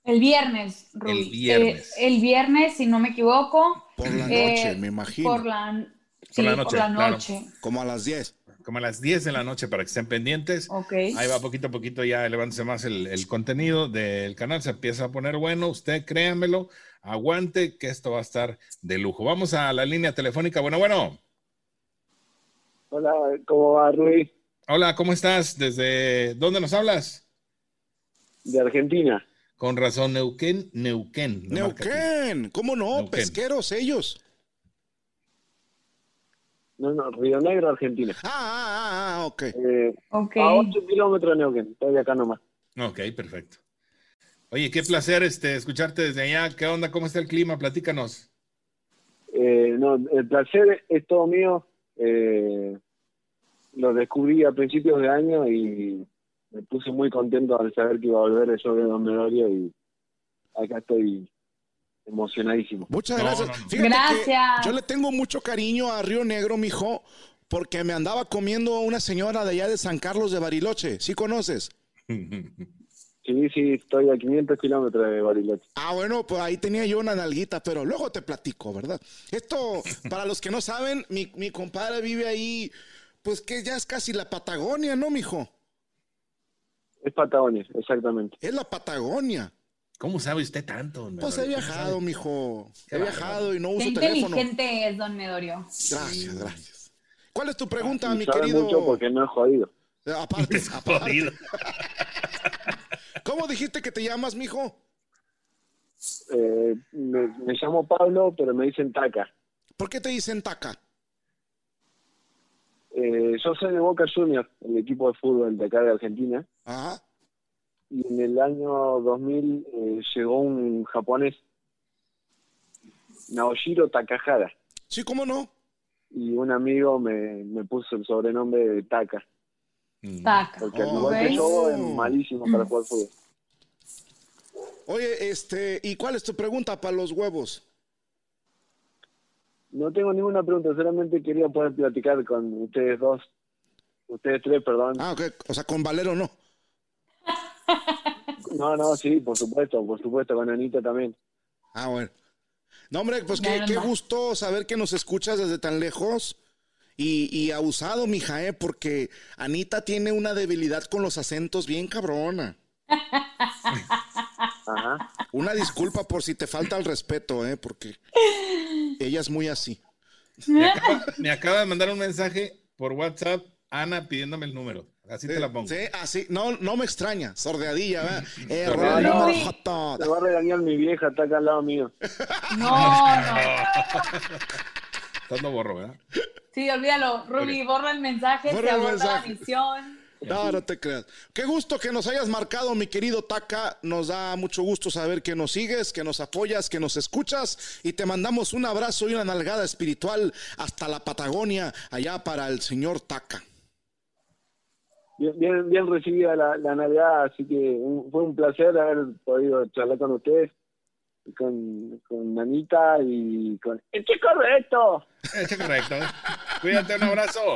Speaker 4: El viernes, Ruby.
Speaker 3: El viernes.
Speaker 4: Eh, el viernes, si no me equivoco,
Speaker 5: Por la
Speaker 4: Eh,
Speaker 5: noche, me imagino.
Speaker 4: por la, sí,
Speaker 3: la
Speaker 4: por
Speaker 3: noche,
Speaker 4: la
Speaker 3: claro.
Speaker 4: noche.
Speaker 5: Como a las 10.
Speaker 3: Como a las 10 de la noche para que estén pendientes.
Speaker 4: Ok.
Speaker 3: Ahí va poquito a poquito ya elevándose más el, el contenido del canal, se empieza a poner bueno, usted créamelo, aguante que esto va a estar de lujo. Vamos a la línea telefónica, bueno, bueno,
Speaker 10: Hola, ¿cómo va, Rui?
Speaker 3: hola, ¿cómo estás? ¿Desde dónde nos hablas?
Speaker 10: De Argentina.
Speaker 3: Con razón, Neuquén, Neuquén. no marca aquí.
Speaker 5: Neuquén, ¿cómo no?
Speaker 3: Neuquén.
Speaker 5: Pesqueros ellos.
Speaker 10: No, no, Río Negro, Argentina.
Speaker 5: Ah, ah, ah, ah, ok.
Speaker 10: Eh,
Speaker 4: ok.
Speaker 10: A 8 kilómetros de Neuquén, estoy de acá nomás.
Speaker 3: Ok, perfecto. Oye, qué placer este, escucharte desde allá. ¿Qué onda? ¿Cómo está el clima? Platícanos.
Speaker 10: Eh, no, el placer es todo mío. Eh, lo descubrí a principios de año y me puse muy contento al saber que iba a volver el show de Don Medorio y acá estoy emocionadísimo.
Speaker 5: Muchas
Speaker 3: No,
Speaker 5: gracias.
Speaker 3: no, no.
Speaker 5: Fíjate que
Speaker 4: Gracias.
Speaker 5: Yo le tengo mucho cariño a Río Negro, mijo, porque me andaba comiendo una señora de allá de San Carlos de Bariloche. ¿Sí conoces?
Speaker 10: Sí, sí, estoy a 500 kilómetros de Bariloche.
Speaker 5: Ah, bueno, pues ahí tenía yo una nalguita, pero luego te platico, ¿verdad? Esto, para los que no saben, mi, mi compadre vive ahí, pues que ya es casi la Patagonia, ¿no, mijo?
Speaker 10: Es Patagonia, exactamente.
Speaker 5: Es la Patagonia.
Speaker 3: ¿Cómo sabe usted tanto?
Speaker 5: Pues he
Speaker 3: Medorio?
Speaker 5: viajado, mijo.
Speaker 3: Qué
Speaker 5: He
Speaker 3: bárbaro.
Speaker 5: viajado y no
Speaker 4: Qué
Speaker 5: uso teléfono.
Speaker 4: inteligente es Don Medorio.
Speaker 5: Gracias, gracias. ¿Cuál es tu pregunta, Ah, mi
Speaker 10: Ah, sabe
Speaker 5: querido? Eh,
Speaker 10: mucho pues. porque no es jodido.
Speaker 5: Aparte, aparte.
Speaker 3: Jodido.
Speaker 5: ¿Cómo dijiste que te llamas, mijo?
Speaker 10: Eh, me, me llamo Pablo, pero me dicen Taca.
Speaker 5: ¿Por qué te dicen taca?
Speaker 10: Eh, yo soy de Boca Juniors, el equipo de fútbol de acá de Argentina.
Speaker 5: Ajá.
Speaker 10: y en el año 2000 eh, llegó un japonés, Naoshiro Takahara,
Speaker 5: Sí, ¿cómo no?
Speaker 10: y un amigo me, me puso el sobrenombre de Taka,
Speaker 3: Mm.
Speaker 4: Taca.
Speaker 10: porque al
Speaker 5: Oh.
Speaker 10: igual que yo
Speaker 5: Ok.
Speaker 10: es malísimo para jugar fútbol.
Speaker 5: Oye, este, ¿y cuál es tu pregunta para los huevos?
Speaker 10: No tengo ninguna pregunta, solamente quería poder platicar con ustedes dos. Ustedes tres, perdón.
Speaker 5: Ah, ok. O sea, con Valero no.
Speaker 10: No, no, sí, por supuesto, por supuesto, con Anita también.
Speaker 5: Ah, bueno. No, hombre, pues qué,
Speaker 4: Nada
Speaker 5: qué
Speaker 4: más.
Speaker 5: gusto saber que nos escuchas desde tan lejos. Y, y abusado, mija, ¿eh? porque Anita tiene una debilidad con los acentos bien cabrona.
Speaker 10: Ajá.
Speaker 5: Una disculpa por si te falta el respeto, ¿eh? porque ella es muy así.
Speaker 3: Me acaba, me acaba de mandar un mensaje por WhatsApp, Ana, pidiéndome el número. Así te la pongo.
Speaker 5: Sí, así. No, no me extraña. Sordeadilla, ¿verdad? Eh,
Speaker 10: Sordeadilla.
Speaker 5: Rolando
Speaker 4: Uy.
Speaker 5: Joto.
Speaker 10: Me va a regañar mi vieja, está acá al lado mío.
Speaker 5: Oh,
Speaker 4: No, no.
Speaker 3: Estás lo borro, ¿verdad?
Speaker 4: Sí, olvídalo. Ruby, borra el mensaje,
Speaker 5: Borra
Speaker 4: se
Speaker 5: el
Speaker 4: aborta
Speaker 5: mensaje.
Speaker 4: la misión.
Speaker 5: No, no te creas. Qué gusto que nos hayas marcado, mi querido Taca. Nos da mucho gusto saber que nos sigues, que nos apoyas, que nos escuchas y te mandamos un abrazo y una nalgada espiritual hasta la Patagonia, allá para el señor Taca.
Speaker 10: Bien, bien, bien recibida la, la Navidad, así que un- fue un placer haber podido charlar con ustedes, y con, con Anita y con... ¡El chico correcto!
Speaker 3: Está correcto. Cuídate, un abrazo.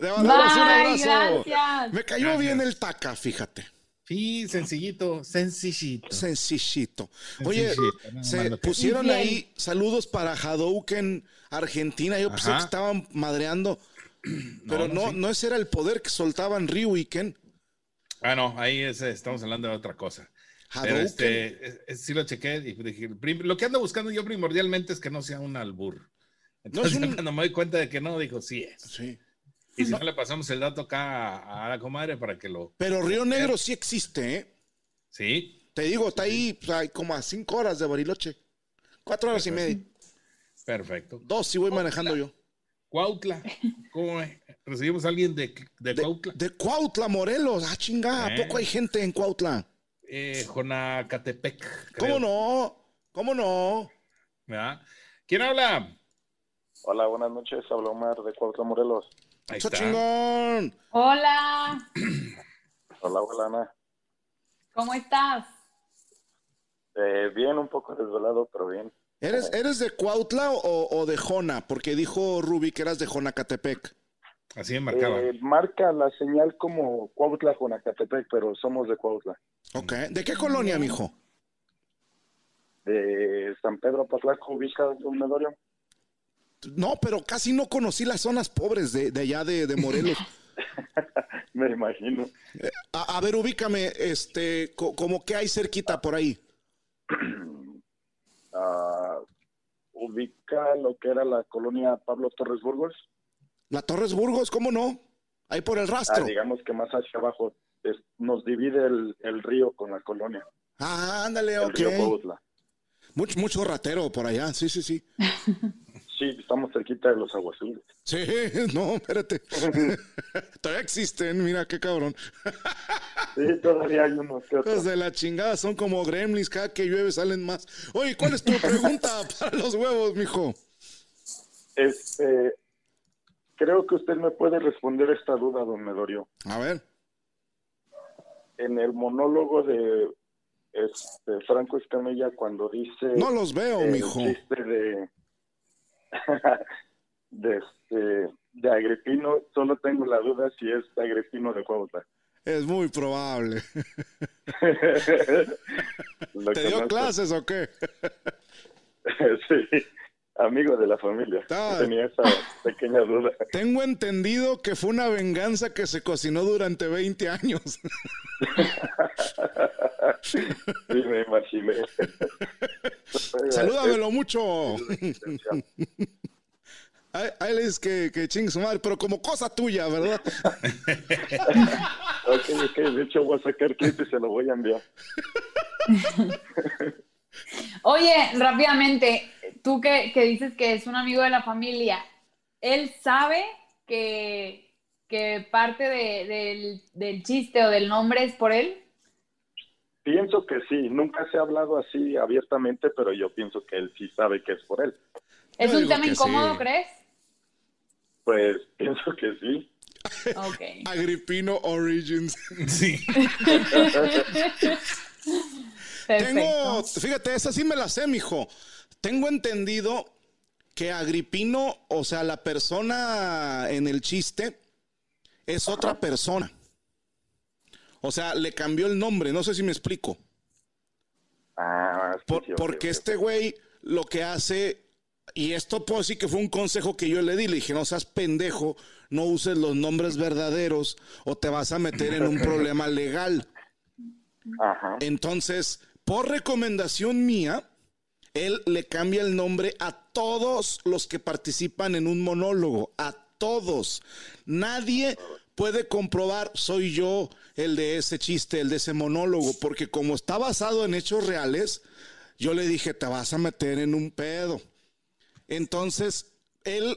Speaker 5: Te
Speaker 4: Bye,
Speaker 5: mandamos un abrazo.
Speaker 4: gracias.
Speaker 5: Me cayó
Speaker 3: Gracias.
Speaker 5: bien el Taca, fíjate.
Speaker 3: Sí, sencillito, sencillito.
Speaker 5: Sencillito. Oye,
Speaker 3: Sencillito, nada más
Speaker 5: se
Speaker 3: lo que-
Speaker 5: pusieron
Speaker 4: Bien.
Speaker 5: ahí saludos para Hadouken, Argentina. Yo pensé
Speaker 3: Ajá.
Speaker 5: que estaban madreando, pero
Speaker 3: no,
Speaker 5: no, no,
Speaker 3: sí.
Speaker 5: ese era el poder que soltaban Ryu y Ken.
Speaker 3: Ah, no, ahí es, eh, estamos hablando de otra cosa. Pero
Speaker 5: Hadouken.
Speaker 3: este, es- es- sí lo chequé y dije, prim- lo que ando buscando yo primordialmente es que no sea un albur. Entonces,
Speaker 5: un-
Speaker 3: cuando me doy cuenta de que no, digo, sí es.
Speaker 5: Sí.
Speaker 3: Y si no, le pasamos el dato acá a, a la comadre para que lo.
Speaker 5: Pero Río Negro sí existe, ¿eh?
Speaker 3: Sí,
Speaker 5: Te digo, está ahí pues, hay como a cinco horas de Bariloche. Cuatro horas y media.
Speaker 3: perfecto.
Speaker 5: Dos si voy manejando yo.
Speaker 3: Cuautla, ¿cómo es? Recibimos a alguien de, de,
Speaker 5: De,
Speaker 3: Cuautla.
Speaker 5: de Cuautla, Morelos. Ah, chinga, ¿a
Speaker 3: Eh.
Speaker 5: poco hay gente en Cuautla?
Speaker 3: Eh, Jonacatepec.
Speaker 5: ¿Cómo no? ¿Cómo no?
Speaker 3: ¿Verdad? ¿Quién habla?
Speaker 9: Hola, buenas noches. Habla Omar de Cuautla, Morelos.
Speaker 3: Ahí
Speaker 5: Eso
Speaker 3: está.
Speaker 5: chingón.
Speaker 4: Hola,
Speaker 9: Hola, hola, Ana.
Speaker 4: ¿cómo estás?
Speaker 9: Eh, bien, un poco desvelado, pero bien.
Speaker 5: ¿Eres, ¿Eres de Cuautla o, o de Jona? Porque dijo Ruby que eras de Jonacatepec.
Speaker 3: Así me marcaba.
Speaker 9: Eh, marca la señal como Cuautla, Jonacatepec, pero somos de Cuautla.
Speaker 5: Ok. ¿De qué colonia,
Speaker 9: Mm.
Speaker 5: mijo?
Speaker 9: De San Pedro Patlaco, Vista del Dormidorio.
Speaker 5: No, pero casi no conocí las zonas pobres de, de allá de, de Morelos.
Speaker 9: Me imagino.
Speaker 5: Eh. A, a ver, ubícame, este, co- como que hay cerquita por ahí.
Speaker 9: Ah, ubica lo que era la colonia Pablo Torres Burgos.
Speaker 5: La Torres Burgos, ¿cómo no? Ahí por el
Speaker 9: Ah,
Speaker 5: rastro.
Speaker 9: digamos que más hacia abajo es- nos divide el, el río con la colonia,
Speaker 5: Ah, ándale,
Speaker 9: el
Speaker 5: ok.
Speaker 9: río Cuautla.
Speaker 5: Mucho, mucho ratero por allá, sí, sí, sí.
Speaker 9: Sí, estamos cerquita de los aguaciles.
Speaker 5: Sí, no, espérate. Todavía existen, mira qué cabrón.
Speaker 9: Sí, todavía hay unos que
Speaker 5: Los
Speaker 9: otros.
Speaker 5: de la chingada son como gremlins, cada que llueve salen más. Oye, ¿cuál es tu pregunta para los huevos, mijo?
Speaker 9: Este, creo que usted me puede responder esta duda, don Medorio.
Speaker 5: A ver,
Speaker 9: En el monólogo de este, Franco Escamilla, cuando dice...
Speaker 5: no los veo,
Speaker 9: el
Speaker 5: mijo.
Speaker 9: chiste de, de, este, de Agripino, solo tengo la duda si es Agripino de Cuautla.
Speaker 5: Es muy probable.
Speaker 9: Lo
Speaker 5: ¿Te dio
Speaker 9: conozco.
Speaker 5: clases o qué?
Speaker 9: sí, amigo de la familia.
Speaker 5: Ah.
Speaker 9: Tenía esa pequeña duda.
Speaker 5: Tengo entendido que fue una venganza que se cocinó durante 20 años.
Speaker 9: sí, me imaginé.
Speaker 5: Salúdamelo mucho. Ahí, ahí le dices que, que ching su madre, pero como cosa tuya, ¿verdad?
Speaker 9: Ok, ok, de hecho voy a sacar clip y se lo voy a enviar.
Speaker 4: Oye, rápidamente, tú que, que dices que es un amigo de la familia, ¿él sabe que, que parte de- del, del chiste o del nombre es por él?
Speaker 9: Pienso que sí, nunca se ha hablado así abiertamente, pero yo pienso que él sí sabe que es por él.
Speaker 4: ¿Es
Speaker 5: Yo
Speaker 4: un
Speaker 5: digo
Speaker 4: tema
Speaker 5: que
Speaker 4: incómodo,
Speaker 5: sí.
Speaker 4: crees?
Speaker 9: Pues pienso que sí.
Speaker 4: Ok.
Speaker 5: Agripino Origins.
Speaker 3: Sí.
Speaker 5: Tengo, fíjate, esa sí me la sé, mijo. Tengo entendido que Agripino, o sea, la persona en el chiste, es otra persona. O sea, le cambió el nombre, no sé si me explico.
Speaker 9: Ah, sí,
Speaker 5: Por-
Speaker 9: sí, ok,
Speaker 5: porque
Speaker 9: ok.
Speaker 5: este güey lo que hace, y esto pues sí que fue un consejo que yo le di, le dije, no seas pendejo, no uses los nombres verdaderos o te vas a meter en un problema legal.
Speaker 9: Ajá.
Speaker 5: Entonces, por recomendación mía, él le cambia el nombre a todos los que participan en un monólogo, a todos. Nadie puede comprobar soy yo el de ese chiste, el de ese monólogo, porque como está basado en hechos reales, yo le dije, te vas a meter en un pedo. Entonces, él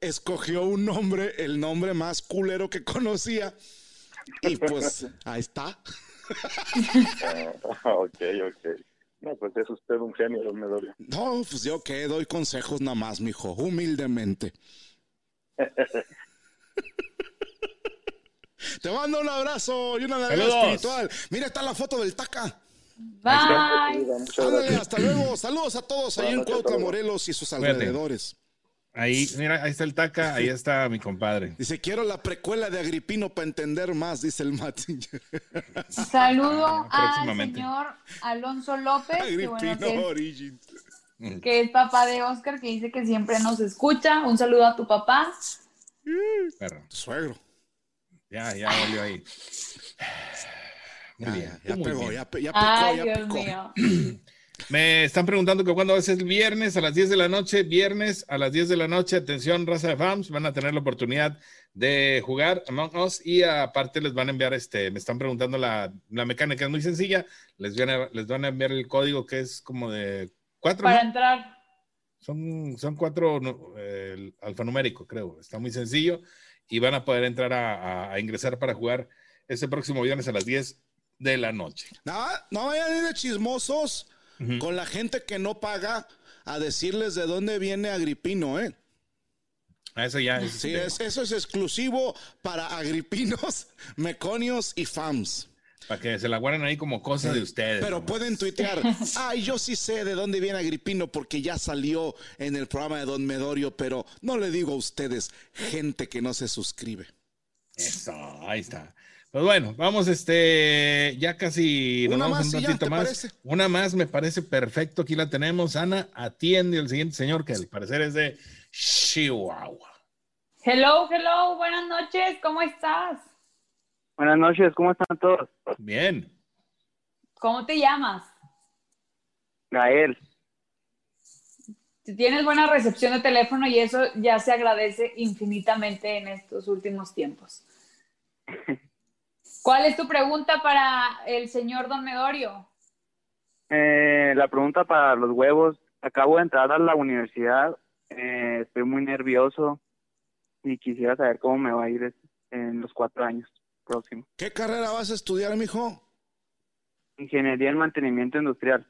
Speaker 5: escogió un nombre, el nombre más culero que conocía, y pues ahí está.
Speaker 9: Ah, ok, ok. No, pues es usted un genio, don Medorio.
Speaker 5: No, pues yo que doy consejos nada más, mijo, humildemente. Te mando un abrazo y una nalgada
Speaker 3: Saludos.
Speaker 5: espiritual. Mira, está la foto del Taca.
Speaker 4: Bye.
Speaker 9: Muchas
Speaker 5: Ándale,
Speaker 9: gracias.
Speaker 5: hasta luego. Saludos a todos ahí en
Speaker 9: Buenas noches a
Speaker 5: Cuautla,
Speaker 9: todos.
Speaker 5: Morelos y sus
Speaker 3: Cuídate.
Speaker 5: alrededores.
Speaker 3: Ahí, mira, ahí está el taca, ahí está mi compadre.
Speaker 5: Dice, quiero la precuela de Agripino para entender más, dice el Mati.
Speaker 4: Saludo al
Speaker 3: Próximamente.
Speaker 4: señor Alonso López, que, bueno,
Speaker 5: Agripino
Speaker 4: que,
Speaker 5: Origins.
Speaker 3: Mm,
Speaker 4: es, que es papá de Oscar, que dice que siempre nos escucha. Un saludo a tu papá.
Speaker 3: Perro.
Speaker 5: Suegro.
Speaker 3: Ya, ya volvió ahí. Muy
Speaker 5: Ya,
Speaker 3: bien,
Speaker 5: ya, ya
Speaker 3: muy
Speaker 5: pegó,
Speaker 3: bien.
Speaker 5: ya, pe- ya picó,
Speaker 4: Ay,
Speaker 5: ya
Speaker 4: Dios
Speaker 5: picó.
Speaker 4: mío.
Speaker 3: Me están preguntando que cuándo es el viernes a las 10 de la noche. Viernes a las 10 de la noche. Atención, raza de fans. Van a tener la oportunidad de jugar Among Us y aparte les van a enviar este. Me están preguntando la, la mecánica. Es muy sencilla. Les van, a, les van a enviar el código que es como de cuatro.
Speaker 4: Para
Speaker 3: ¿no?
Speaker 4: entrar.
Speaker 3: Son, son cuatro no, eh, el alfanumérico, creo. Está muy sencillo y van a poder entrar a, a- a ingresar para jugar este próximo viernes a las 10 de la noche.
Speaker 5: Nada, Ah, no vayan a ir de chismosos
Speaker 3: Ujú.
Speaker 5: con la gente que no paga a decirles de dónde viene Agripino, ¿eh?
Speaker 3: A eso ya es.
Speaker 5: Sí, es- eso es exclusivo para agripinos, meconios y fams.
Speaker 3: Para que se la guarden ahí como cosa de ustedes.
Speaker 5: Pero
Speaker 3: nomás.
Speaker 5: pueden tuitear, ay, yo sí sé de dónde viene Agripino porque ya salió en el programa de Don Medorio, pero no le digo a ustedes, gente que no se suscribe.
Speaker 3: Eso, ahí está. Pues bueno, vamos, este, ya casi nos
Speaker 5: Una
Speaker 3: vamos
Speaker 5: más
Speaker 3: un
Speaker 5: y ya,
Speaker 3: ratito
Speaker 5: ¿te
Speaker 3: más.
Speaker 5: parece?
Speaker 3: Una más me parece perfecto. Aquí la tenemos. Ana atiende al siguiente señor que al parecer es de Chihuahua.
Speaker 4: Hello, hello, buenas noches, ¿cómo estás?
Speaker 10: Buenas noches, ¿cómo están todos?
Speaker 3: Bien.
Speaker 4: ¿Cómo te llamas?
Speaker 10: Gael.
Speaker 4: Si tienes buena recepción de teléfono y eso ya se agradece infinitamente en estos últimos tiempos. ¿Cuál es tu pregunta para el señor Don Medorio?
Speaker 10: Eh, la pregunta para los huevos. Acabo de entrar a la universidad. eh, estoy muy nervioso y quisiera saber cómo me va a ir en los cuatro años próximos.
Speaker 5: ¿Qué carrera vas a estudiar, mijo?
Speaker 10: Ingeniería en mantenimiento industrial.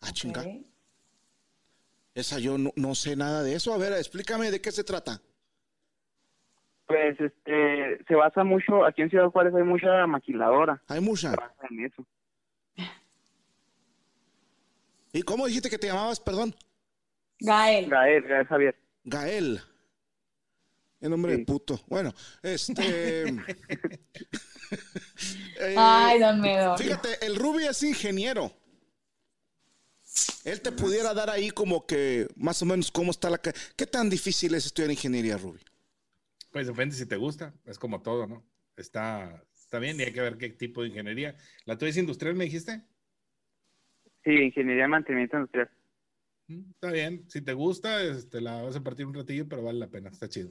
Speaker 5: Ah, chinga.
Speaker 4: Ok.
Speaker 5: Esa yo no, no sé nada de eso. A ver, explícame de qué se trata.
Speaker 10: Pues este, se basa mucho, aquí en Ciudad Juárez hay mucha maquiladora.
Speaker 5: Hay mucha.
Speaker 10: Se basa en eso.
Speaker 5: ¿Y cómo dijiste que te llamabas, perdón?
Speaker 4: Gael.
Speaker 10: Gael, Gael Javier.
Speaker 5: Gael. El nombre
Speaker 10: Sí.
Speaker 5: de puto. Bueno, este. eh,
Speaker 4: Ay, Don Medorio.
Speaker 5: fíjate, el Ruby es ingeniero. Él te pudiera dar ahí como que más o menos cómo está la. ca- ¿Qué tan difícil es estudiar ingeniería, Ruby?
Speaker 3: Pues depende si te gusta, es como todo, ¿no? Está, está bien y hay que ver qué tipo de ingeniería. ¿La tuya es industrial, me dijiste?
Speaker 10: Sí, ingeniería en mantenimiento industrial.
Speaker 3: Mm, Está bien, si te gusta, este, la vas a partir un ratillo, pero vale la pena, está chido.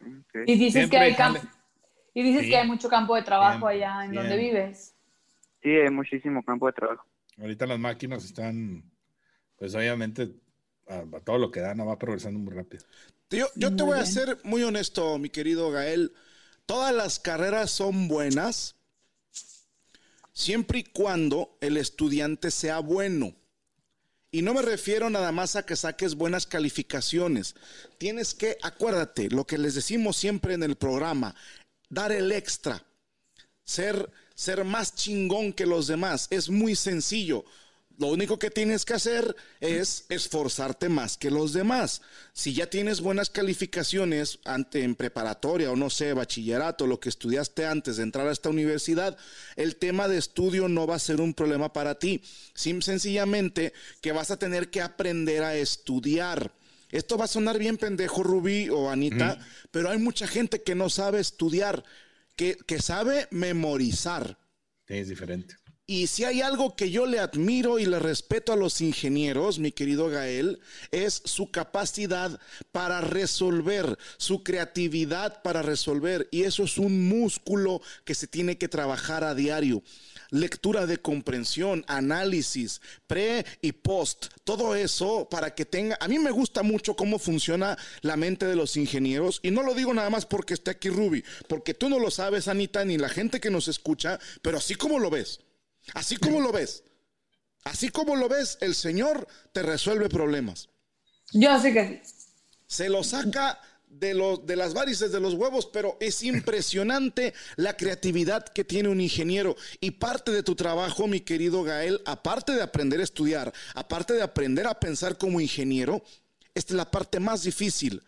Speaker 10: Ok.
Speaker 4: Y dices, que
Speaker 3: Siempre
Speaker 4: hay,
Speaker 3: jale-
Speaker 4: camp- y dices
Speaker 3: Sí.
Speaker 4: que hay mucho campo de trabajo
Speaker 3: Siempre,
Speaker 4: allá en donde
Speaker 3: siempre.
Speaker 4: vives.
Speaker 10: Sí, hay muchísimo campo de trabajo.
Speaker 3: Ahorita las máquinas están, pues obviamente, a, a todo lo que da, no va progresando muy rápido.
Speaker 5: Yo, yo te
Speaker 4: Muy
Speaker 5: voy a
Speaker 4: bien.
Speaker 5: ser muy honesto, mi querido Gael. Todas las carreras son buenas siempre y cuando el estudiante sea bueno. Y no me refiero nada más a que saques buenas calificaciones. Tienes que, acuérdate, lo que les decimos siempre en el programa, dar el extra, ser ser más chingón que los demás. Es muy sencillo. Lo único que tienes que hacer es esforzarte más que los demás. Si ya tienes buenas calificaciones ante, en preparatoria o no sé, bachillerato, lo que estudiaste antes de entrar a esta universidad, el tema de estudio no va a ser un problema para ti. Sim, sencillamente que vas a tener que aprender a estudiar. Esto va a sonar bien pendejo, Rubí o Anita, pero hay mucha gente que no sabe estudiar, que, que sabe memorizar.
Speaker 3: Sí, es diferente.
Speaker 5: Y si hay algo que yo le admiro y le respeto a los ingenieros, mi querido Gael, es su capacidad para resolver, su creatividad para resolver. Y eso es un músculo que se tiene que trabajar a diario. Lectura de comprensión, análisis, pre y post, todo eso para que tenga... A mí me gusta mucho cómo funciona la mente de los ingenieros y no lo digo nada más porque esté aquí Ruby, porque tú no lo sabes, Anita, ni la gente que nos escucha, pero así como lo ves. Así como lo ves, así como lo ves, el Señor te resuelve problemas.
Speaker 4: Yo sé que sí.
Speaker 5: Se lo saca de, los, de las varices de los huevos, pero es impresionante la creatividad que tiene un ingeniero. Y parte de tu trabajo, mi querido Gael, aparte de aprender a estudiar, aparte de aprender a pensar como ingeniero, esta es la parte más difícil,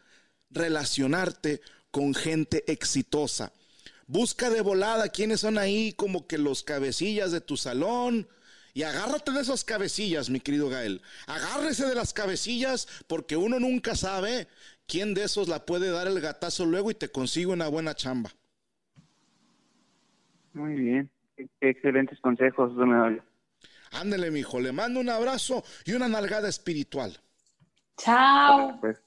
Speaker 5: relacionarte con gente exitosa. Busca de volada quiénes son ahí como que los cabecillas de tu salón. Y agárrate de esas cabecillas, mi querido Gael. Agárrese de las cabecillas porque uno nunca sabe quién de esos la puede dar el gatazo luego y te consigue una buena chamba.
Speaker 6: Muy bien. Excelentes consejos, don Eloy.
Speaker 5: Ándele, mijo. Le mando un abrazo y una nalgada espiritual.
Speaker 4: Chao.
Speaker 6: Pues,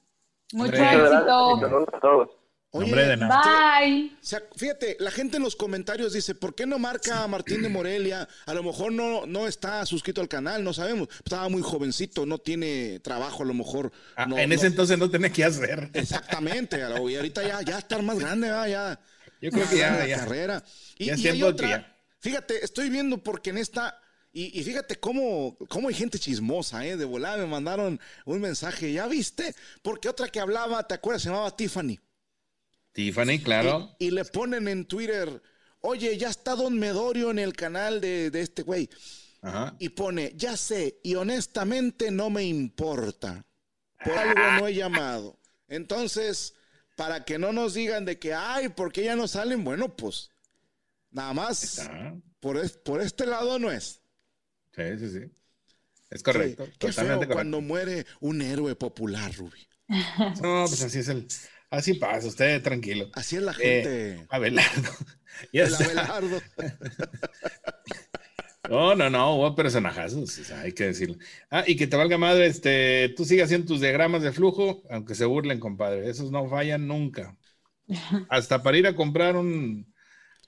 Speaker 4: Mucho
Speaker 3: Muchas gracias.
Speaker 4: éxito.
Speaker 6: saludos a todos.
Speaker 3: Hombre de nada.
Speaker 4: Bye.
Speaker 5: O sea, fíjate, la gente en los comentarios dice, ¿por qué no marca a Martín de Morelia? A lo mejor no, no está suscrito al canal, no sabemos. Pues, Estaba muy jovencito, no tiene trabajo, a lo mejor.
Speaker 3: Ah,
Speaker 5: no-
Speaker 3: en
Speaker 5: no-
Speaker 3: ese entonces no tenía que hacer.
Speaker 5: Exactamente, a lo- y ahorita ya, ya estar más grande, ¿verdad? ya.
Speaker 3: Yo creo que ya,
Speaker 5: la
Speaker 3: ya.
Speaker 5: carrera. Y,
Speaker 3: Ya
Speaker 5: y
Speaker 3: es
Speaker 5: hay
Speaker 3: tiempo de que
Speaker 5: otra.
Speaker 3: ya.
Speaker 5: Fíjate, estoy viendo porque en esta. Y, y fíjate cómo, cómo hay gente chismosa, ¿eh? De volada me mandaron un mensaje. ¿Ya viste? Porque otra que hablaba, ¿te acuerdas? Se llamaba Tiffany.
Speaker 3: Tiffany, claro.
Speaker 5: Y, y le ponen en Twitter, oye, ya está Don Medorio en el canal de, de este güey.
Speaker 3: Ajá.
Speaker 5: Y pone, ya sé, y honestamente no me importa. Por algo no he llamado. Entonces, para que no nos digan de que, ay, ¿por qué ya no salen? Bueno, pues, nada más,
Speaker 3: Está.
Speaker 5: por, es- por este lado no es.
Speaker 3: Sí, sí, sí. Es correcto.
Speaker 5: Qué- qué feo
Speaker 3: totalmente correcto.
Speaker 5: cuando muere un héroe popular, Ruby.
Speaker 3: No, pues así es el. Así pasa, usted tranquilo.
Speaker 5: Así es la
Speaker 3: Eh,
Speaker 5: gente.
Speaker 3: Abelardo. Ya
Speaker 5: el
Speaker 3: está.
Speaker 5: Abelardo.
Speaker 3: No, no, no, hubo personajazos, o sea, hay que decirlo. Ah, y que te valga madre, este, tú sigas haciendo tus diagramas de flujo, aunque se burlen, compadre, esos no fallan nunca. Hasta para ir a comprar un,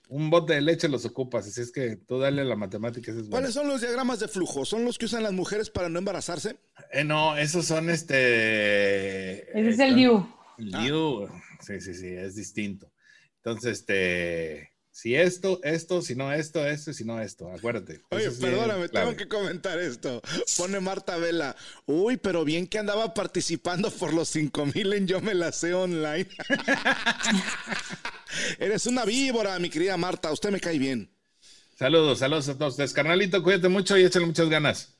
Speaker 3: un bote de leche los ocupas, así es que tú dale la matemática, ese es bueno.
Speaker 5: ¿Cuáles son los diagramas de flujo? ¿Son los que usan las mujeres para no embarazarse?
Speaker 3: Eh, no, esos son este...
Speaker 4: Ese es
Speaker 3: eh,
Speaker 4: el
Speaker 3: con-
Speaker 4: Diu.
Speaker 5: Ah.
Speaker 3: Liu, sí, sí, sí, es distinto. Entonces, este, si esto, esto, si no esto, esto, si no esto, acuérdate.
Speaker 5: Oye,
Speaker 3: Eso es bien
Speaker 5: perdóname, tengo
Speaker 3: clave.
Speaker 5: que comentar esto. Pone Marta Vela. Uy, pero bien que andaba participando por los 5000 en Yo Me La Sé Online. Eres una víbora, mi querida Marta. Usted me cae bien.
Speaker 3: Saludos, saludos a todos ustedes. Carnalito, cuídate mucho y échale muchas ganas.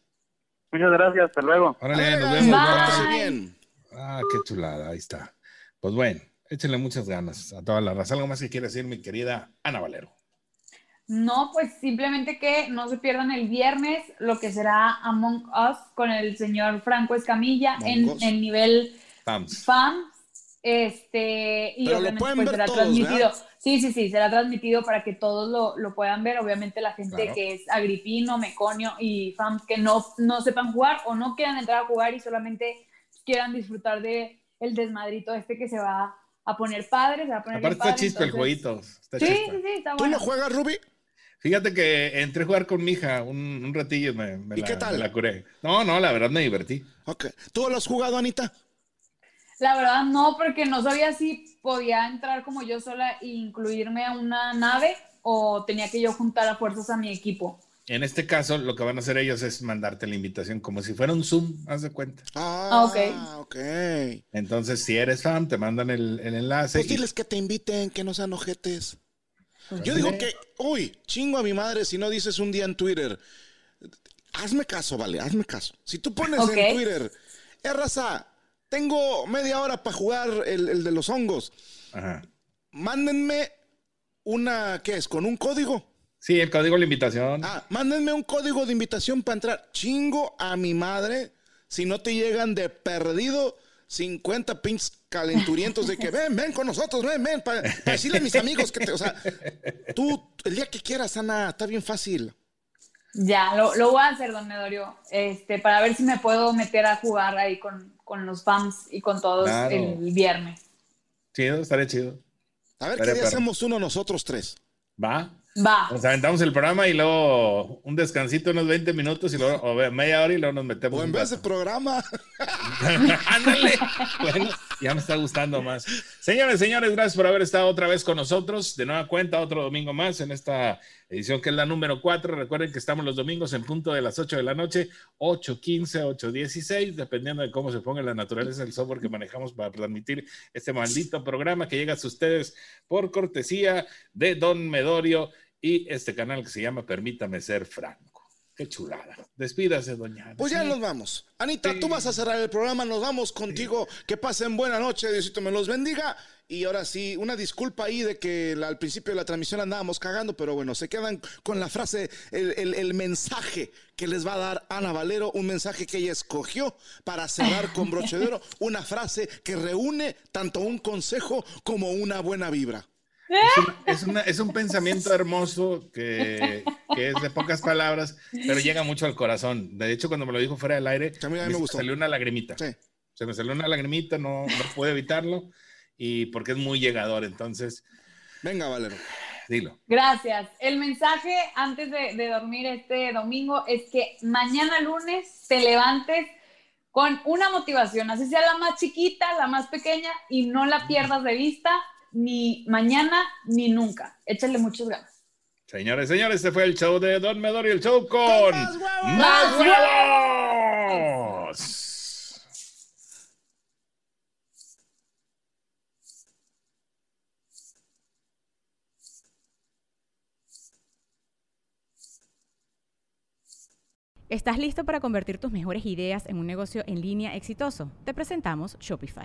Speaker 6: Muchas gracias, hasta luego.
Speaker 3: Órale, nos
Speaker 5: Ándale,
Speaker 3: vemos.
Speaker 5: la
Speaker 3: guapa.
Speaker 5: pase bien.
Speaker 3: Ah, qué chulada, ahí está. Pues bueno, échale muchas ganas a toda la raza. Algo más que quiere decir mi querida Ana Valero.
Speaker 4: No, pues simplemente que no se pierdan el viernes lo que será Among Us con el señor Franco Escamilla en
Speaker 5: Among Us.
Speaker 4: el nivel
Speaker 3: Vamos.
Speaker 4: FAM. Este, y
Speaker 5: Pero lo
Speaker 4: obviamente
Speaker 5: pueden
Speaker 4: pues,
Speaker 5: ver
Speaker 4: será
Speaker 5: todos,
Speaker 4: transmitido.
Speaker 5: ¿verdad?
Speaker 4: Sí, sí, sí, será transmitido para que todos lo, lo puedan ver. Obviamente la gente
Speaker 3: Claro.
Speaker 4: que es agripino, meconio y fans que no, no sepan jugar o no quieran entrar a jugar y solamente quieran disfrutar de el desmadrito este que se va a poner padre, se va a poner
Speaker 3: Aparte
Speaker 4: bien padre,
Speaker 3: está chispa el
Speaker 4: entonces-
Speaker 3: jueguito. Está
Speaker 4: Sí,
Speaker 3: chispa.
Speaker 4: sí, sí, está
Speaker 5: ¿Tú
Speaker 4: bueno.
Speaker 5: lo juegas, Ruby?
Speaker 3: Fíjate que entré a jugar con mi hija un, un ratillo y me, me
Speaker 5: ¿Y
Speaker 3: la,
Speaker 5: qué tal?
Speaker 3: me la curé. No, no, la verdad me divertí.
Speaker 5: Ok. ¿Tú lo has jugado, Anita?
Speaker 4: La verdad no, porque no sabía si podía entrar como yo sola e incluirme a una nave o tenía que yo juntar a fuerzas a mi equipo.
Speaker 3: En este caso, lo que van a hacer ellos es mandarte la invitación como si fuera un Zoom, haz de cuenta.
Speaker 5: Ah,
Speaker 4: ok.
Speaker 5: ok.
Speaker 3: Entonces, si eres fan, te mandan el, el enlace.
Speaker 5: Pues
Speaker 3: y-
Speaker 5: diles que te inviten, que no sean ojetes.
Speaker 3: Ándale.
Speaker 5: Yo digo que uy, chingo a mi madre si no dices un día en Twitter. Hazme caso, vale, hazme caso. Si tú pones
Speaker 4: Ok.
Speaker 5: en Twitter, eh, raza, tengo media hora para jugar el, el de los hongos,
Speaker 3: Ajá.
Speaker 5: mándenme una, ¿qué es? ¿Con un código?
Speaker 3: Sí, el código de la invitación.
Speaker 5: Ah, mándenme un código de invitación para entrar. Chingo a mi madre si no te llegan de perdido 50 pinches calenturientos de que ven, ven con nosotros, ven, ven, para decirle a mis amigos que te, o sea, tú el día que quieras, Ana, está bien fácil.
Speaker 4: Ya, lo, lo voy a hacer, don Medorio, este, para ver si me puedo meter a jugar ahí con, con los fans y con todos
Speaker 3: Claro.
Speaker 4: el viernes.
Speaker 3: Chido, estaría chido.
Speaker 5: A ver
Speaker 3: Vale,
Speaker 5: qué día
Speaker 3: perro.
Speaker 5: hacemos uno nosotros tres.
Speaker 3: Va.
Speaker 4: Va.
Speaker 3: Nos aventamos el programa y luego un descansito, unos 20 minutos y luego, o ve- media hora y luego nos metemos.
Speaker 5: O en
Speaker 3: un
Speaker 5: vez de
Speaker 3: rato.
Speaker 5: programa.
Speaker 3: Ándale. Bueno, ya me está gustando más. Señores, señores, gracias por haber estado otra vez con nosotros. De nueva cuenta, otro domingo más en esta edición que es la número 4. Recuerden que estamos los domingos en punto de las 8 de la noche, 8.15, 8.16, dependiendo de cómo se ponga la naturaleza del software que manejamos para transmitir este maldito programa que llega a ustedes por cortesía de Don Medorio y este canal que se llama Permítame Ser Franco. Qué chulada. Despídase, doña. Ana.
Speaker 5: Pues ya nos vamos. Anita, tú vas a cerrar el programa, nos vamos contigo. Que pasen buena noche, Diosito me los bendiga. Y ahora sí, una disculpa ahí de que la- al principio de la transmisión andábamos cagando, pero bueno, se quedan con la frase, el, el- el mensaje que les va a dar Ana Valero, un mensaje que ella escogió para cerrar con broche de oro, una frase que reúne tanto un consejo como una buena vibra.
Speaker 4: ¡Ah!
Speaker 3: Es, un- es una- es un pensamiento hermoso que, que es de pocas palabras, pero llega mucho al corazón. De hecho, cuando me lo dijo fuera del aire,
Speaker 5: A mí- a mí me
Speaker 3: se
Speaker 5: gustó.
Speaker 3: salió una lagrimita.
Speaker 5: Sí.
Speaker 3: Se me salió una lagrimita, no, no pude evitarlo, y porque es muy llegador. Entonces,
Speaker 5: Venga, Valero.
Speaker 3: dilo.
Speaker 4: Gracias. El mensaje antes de, de dormir este domingo es que mañana lunes te levantes con una motivación, así sea la más chiquita, la más pequeña, y no la pierdas de vista ni mañana ni nunca. Échale muchas ganas.
Speaker 3: Señores, señores, este fue el show de Don Medorio, el show con
Speaker 4: ¡Más
Speaker 3: más huevos.
Speaker 2: ¿Estás listo para convertir tus mejores ideas en un negocio en línea exitoso? Te presentamos Shopify.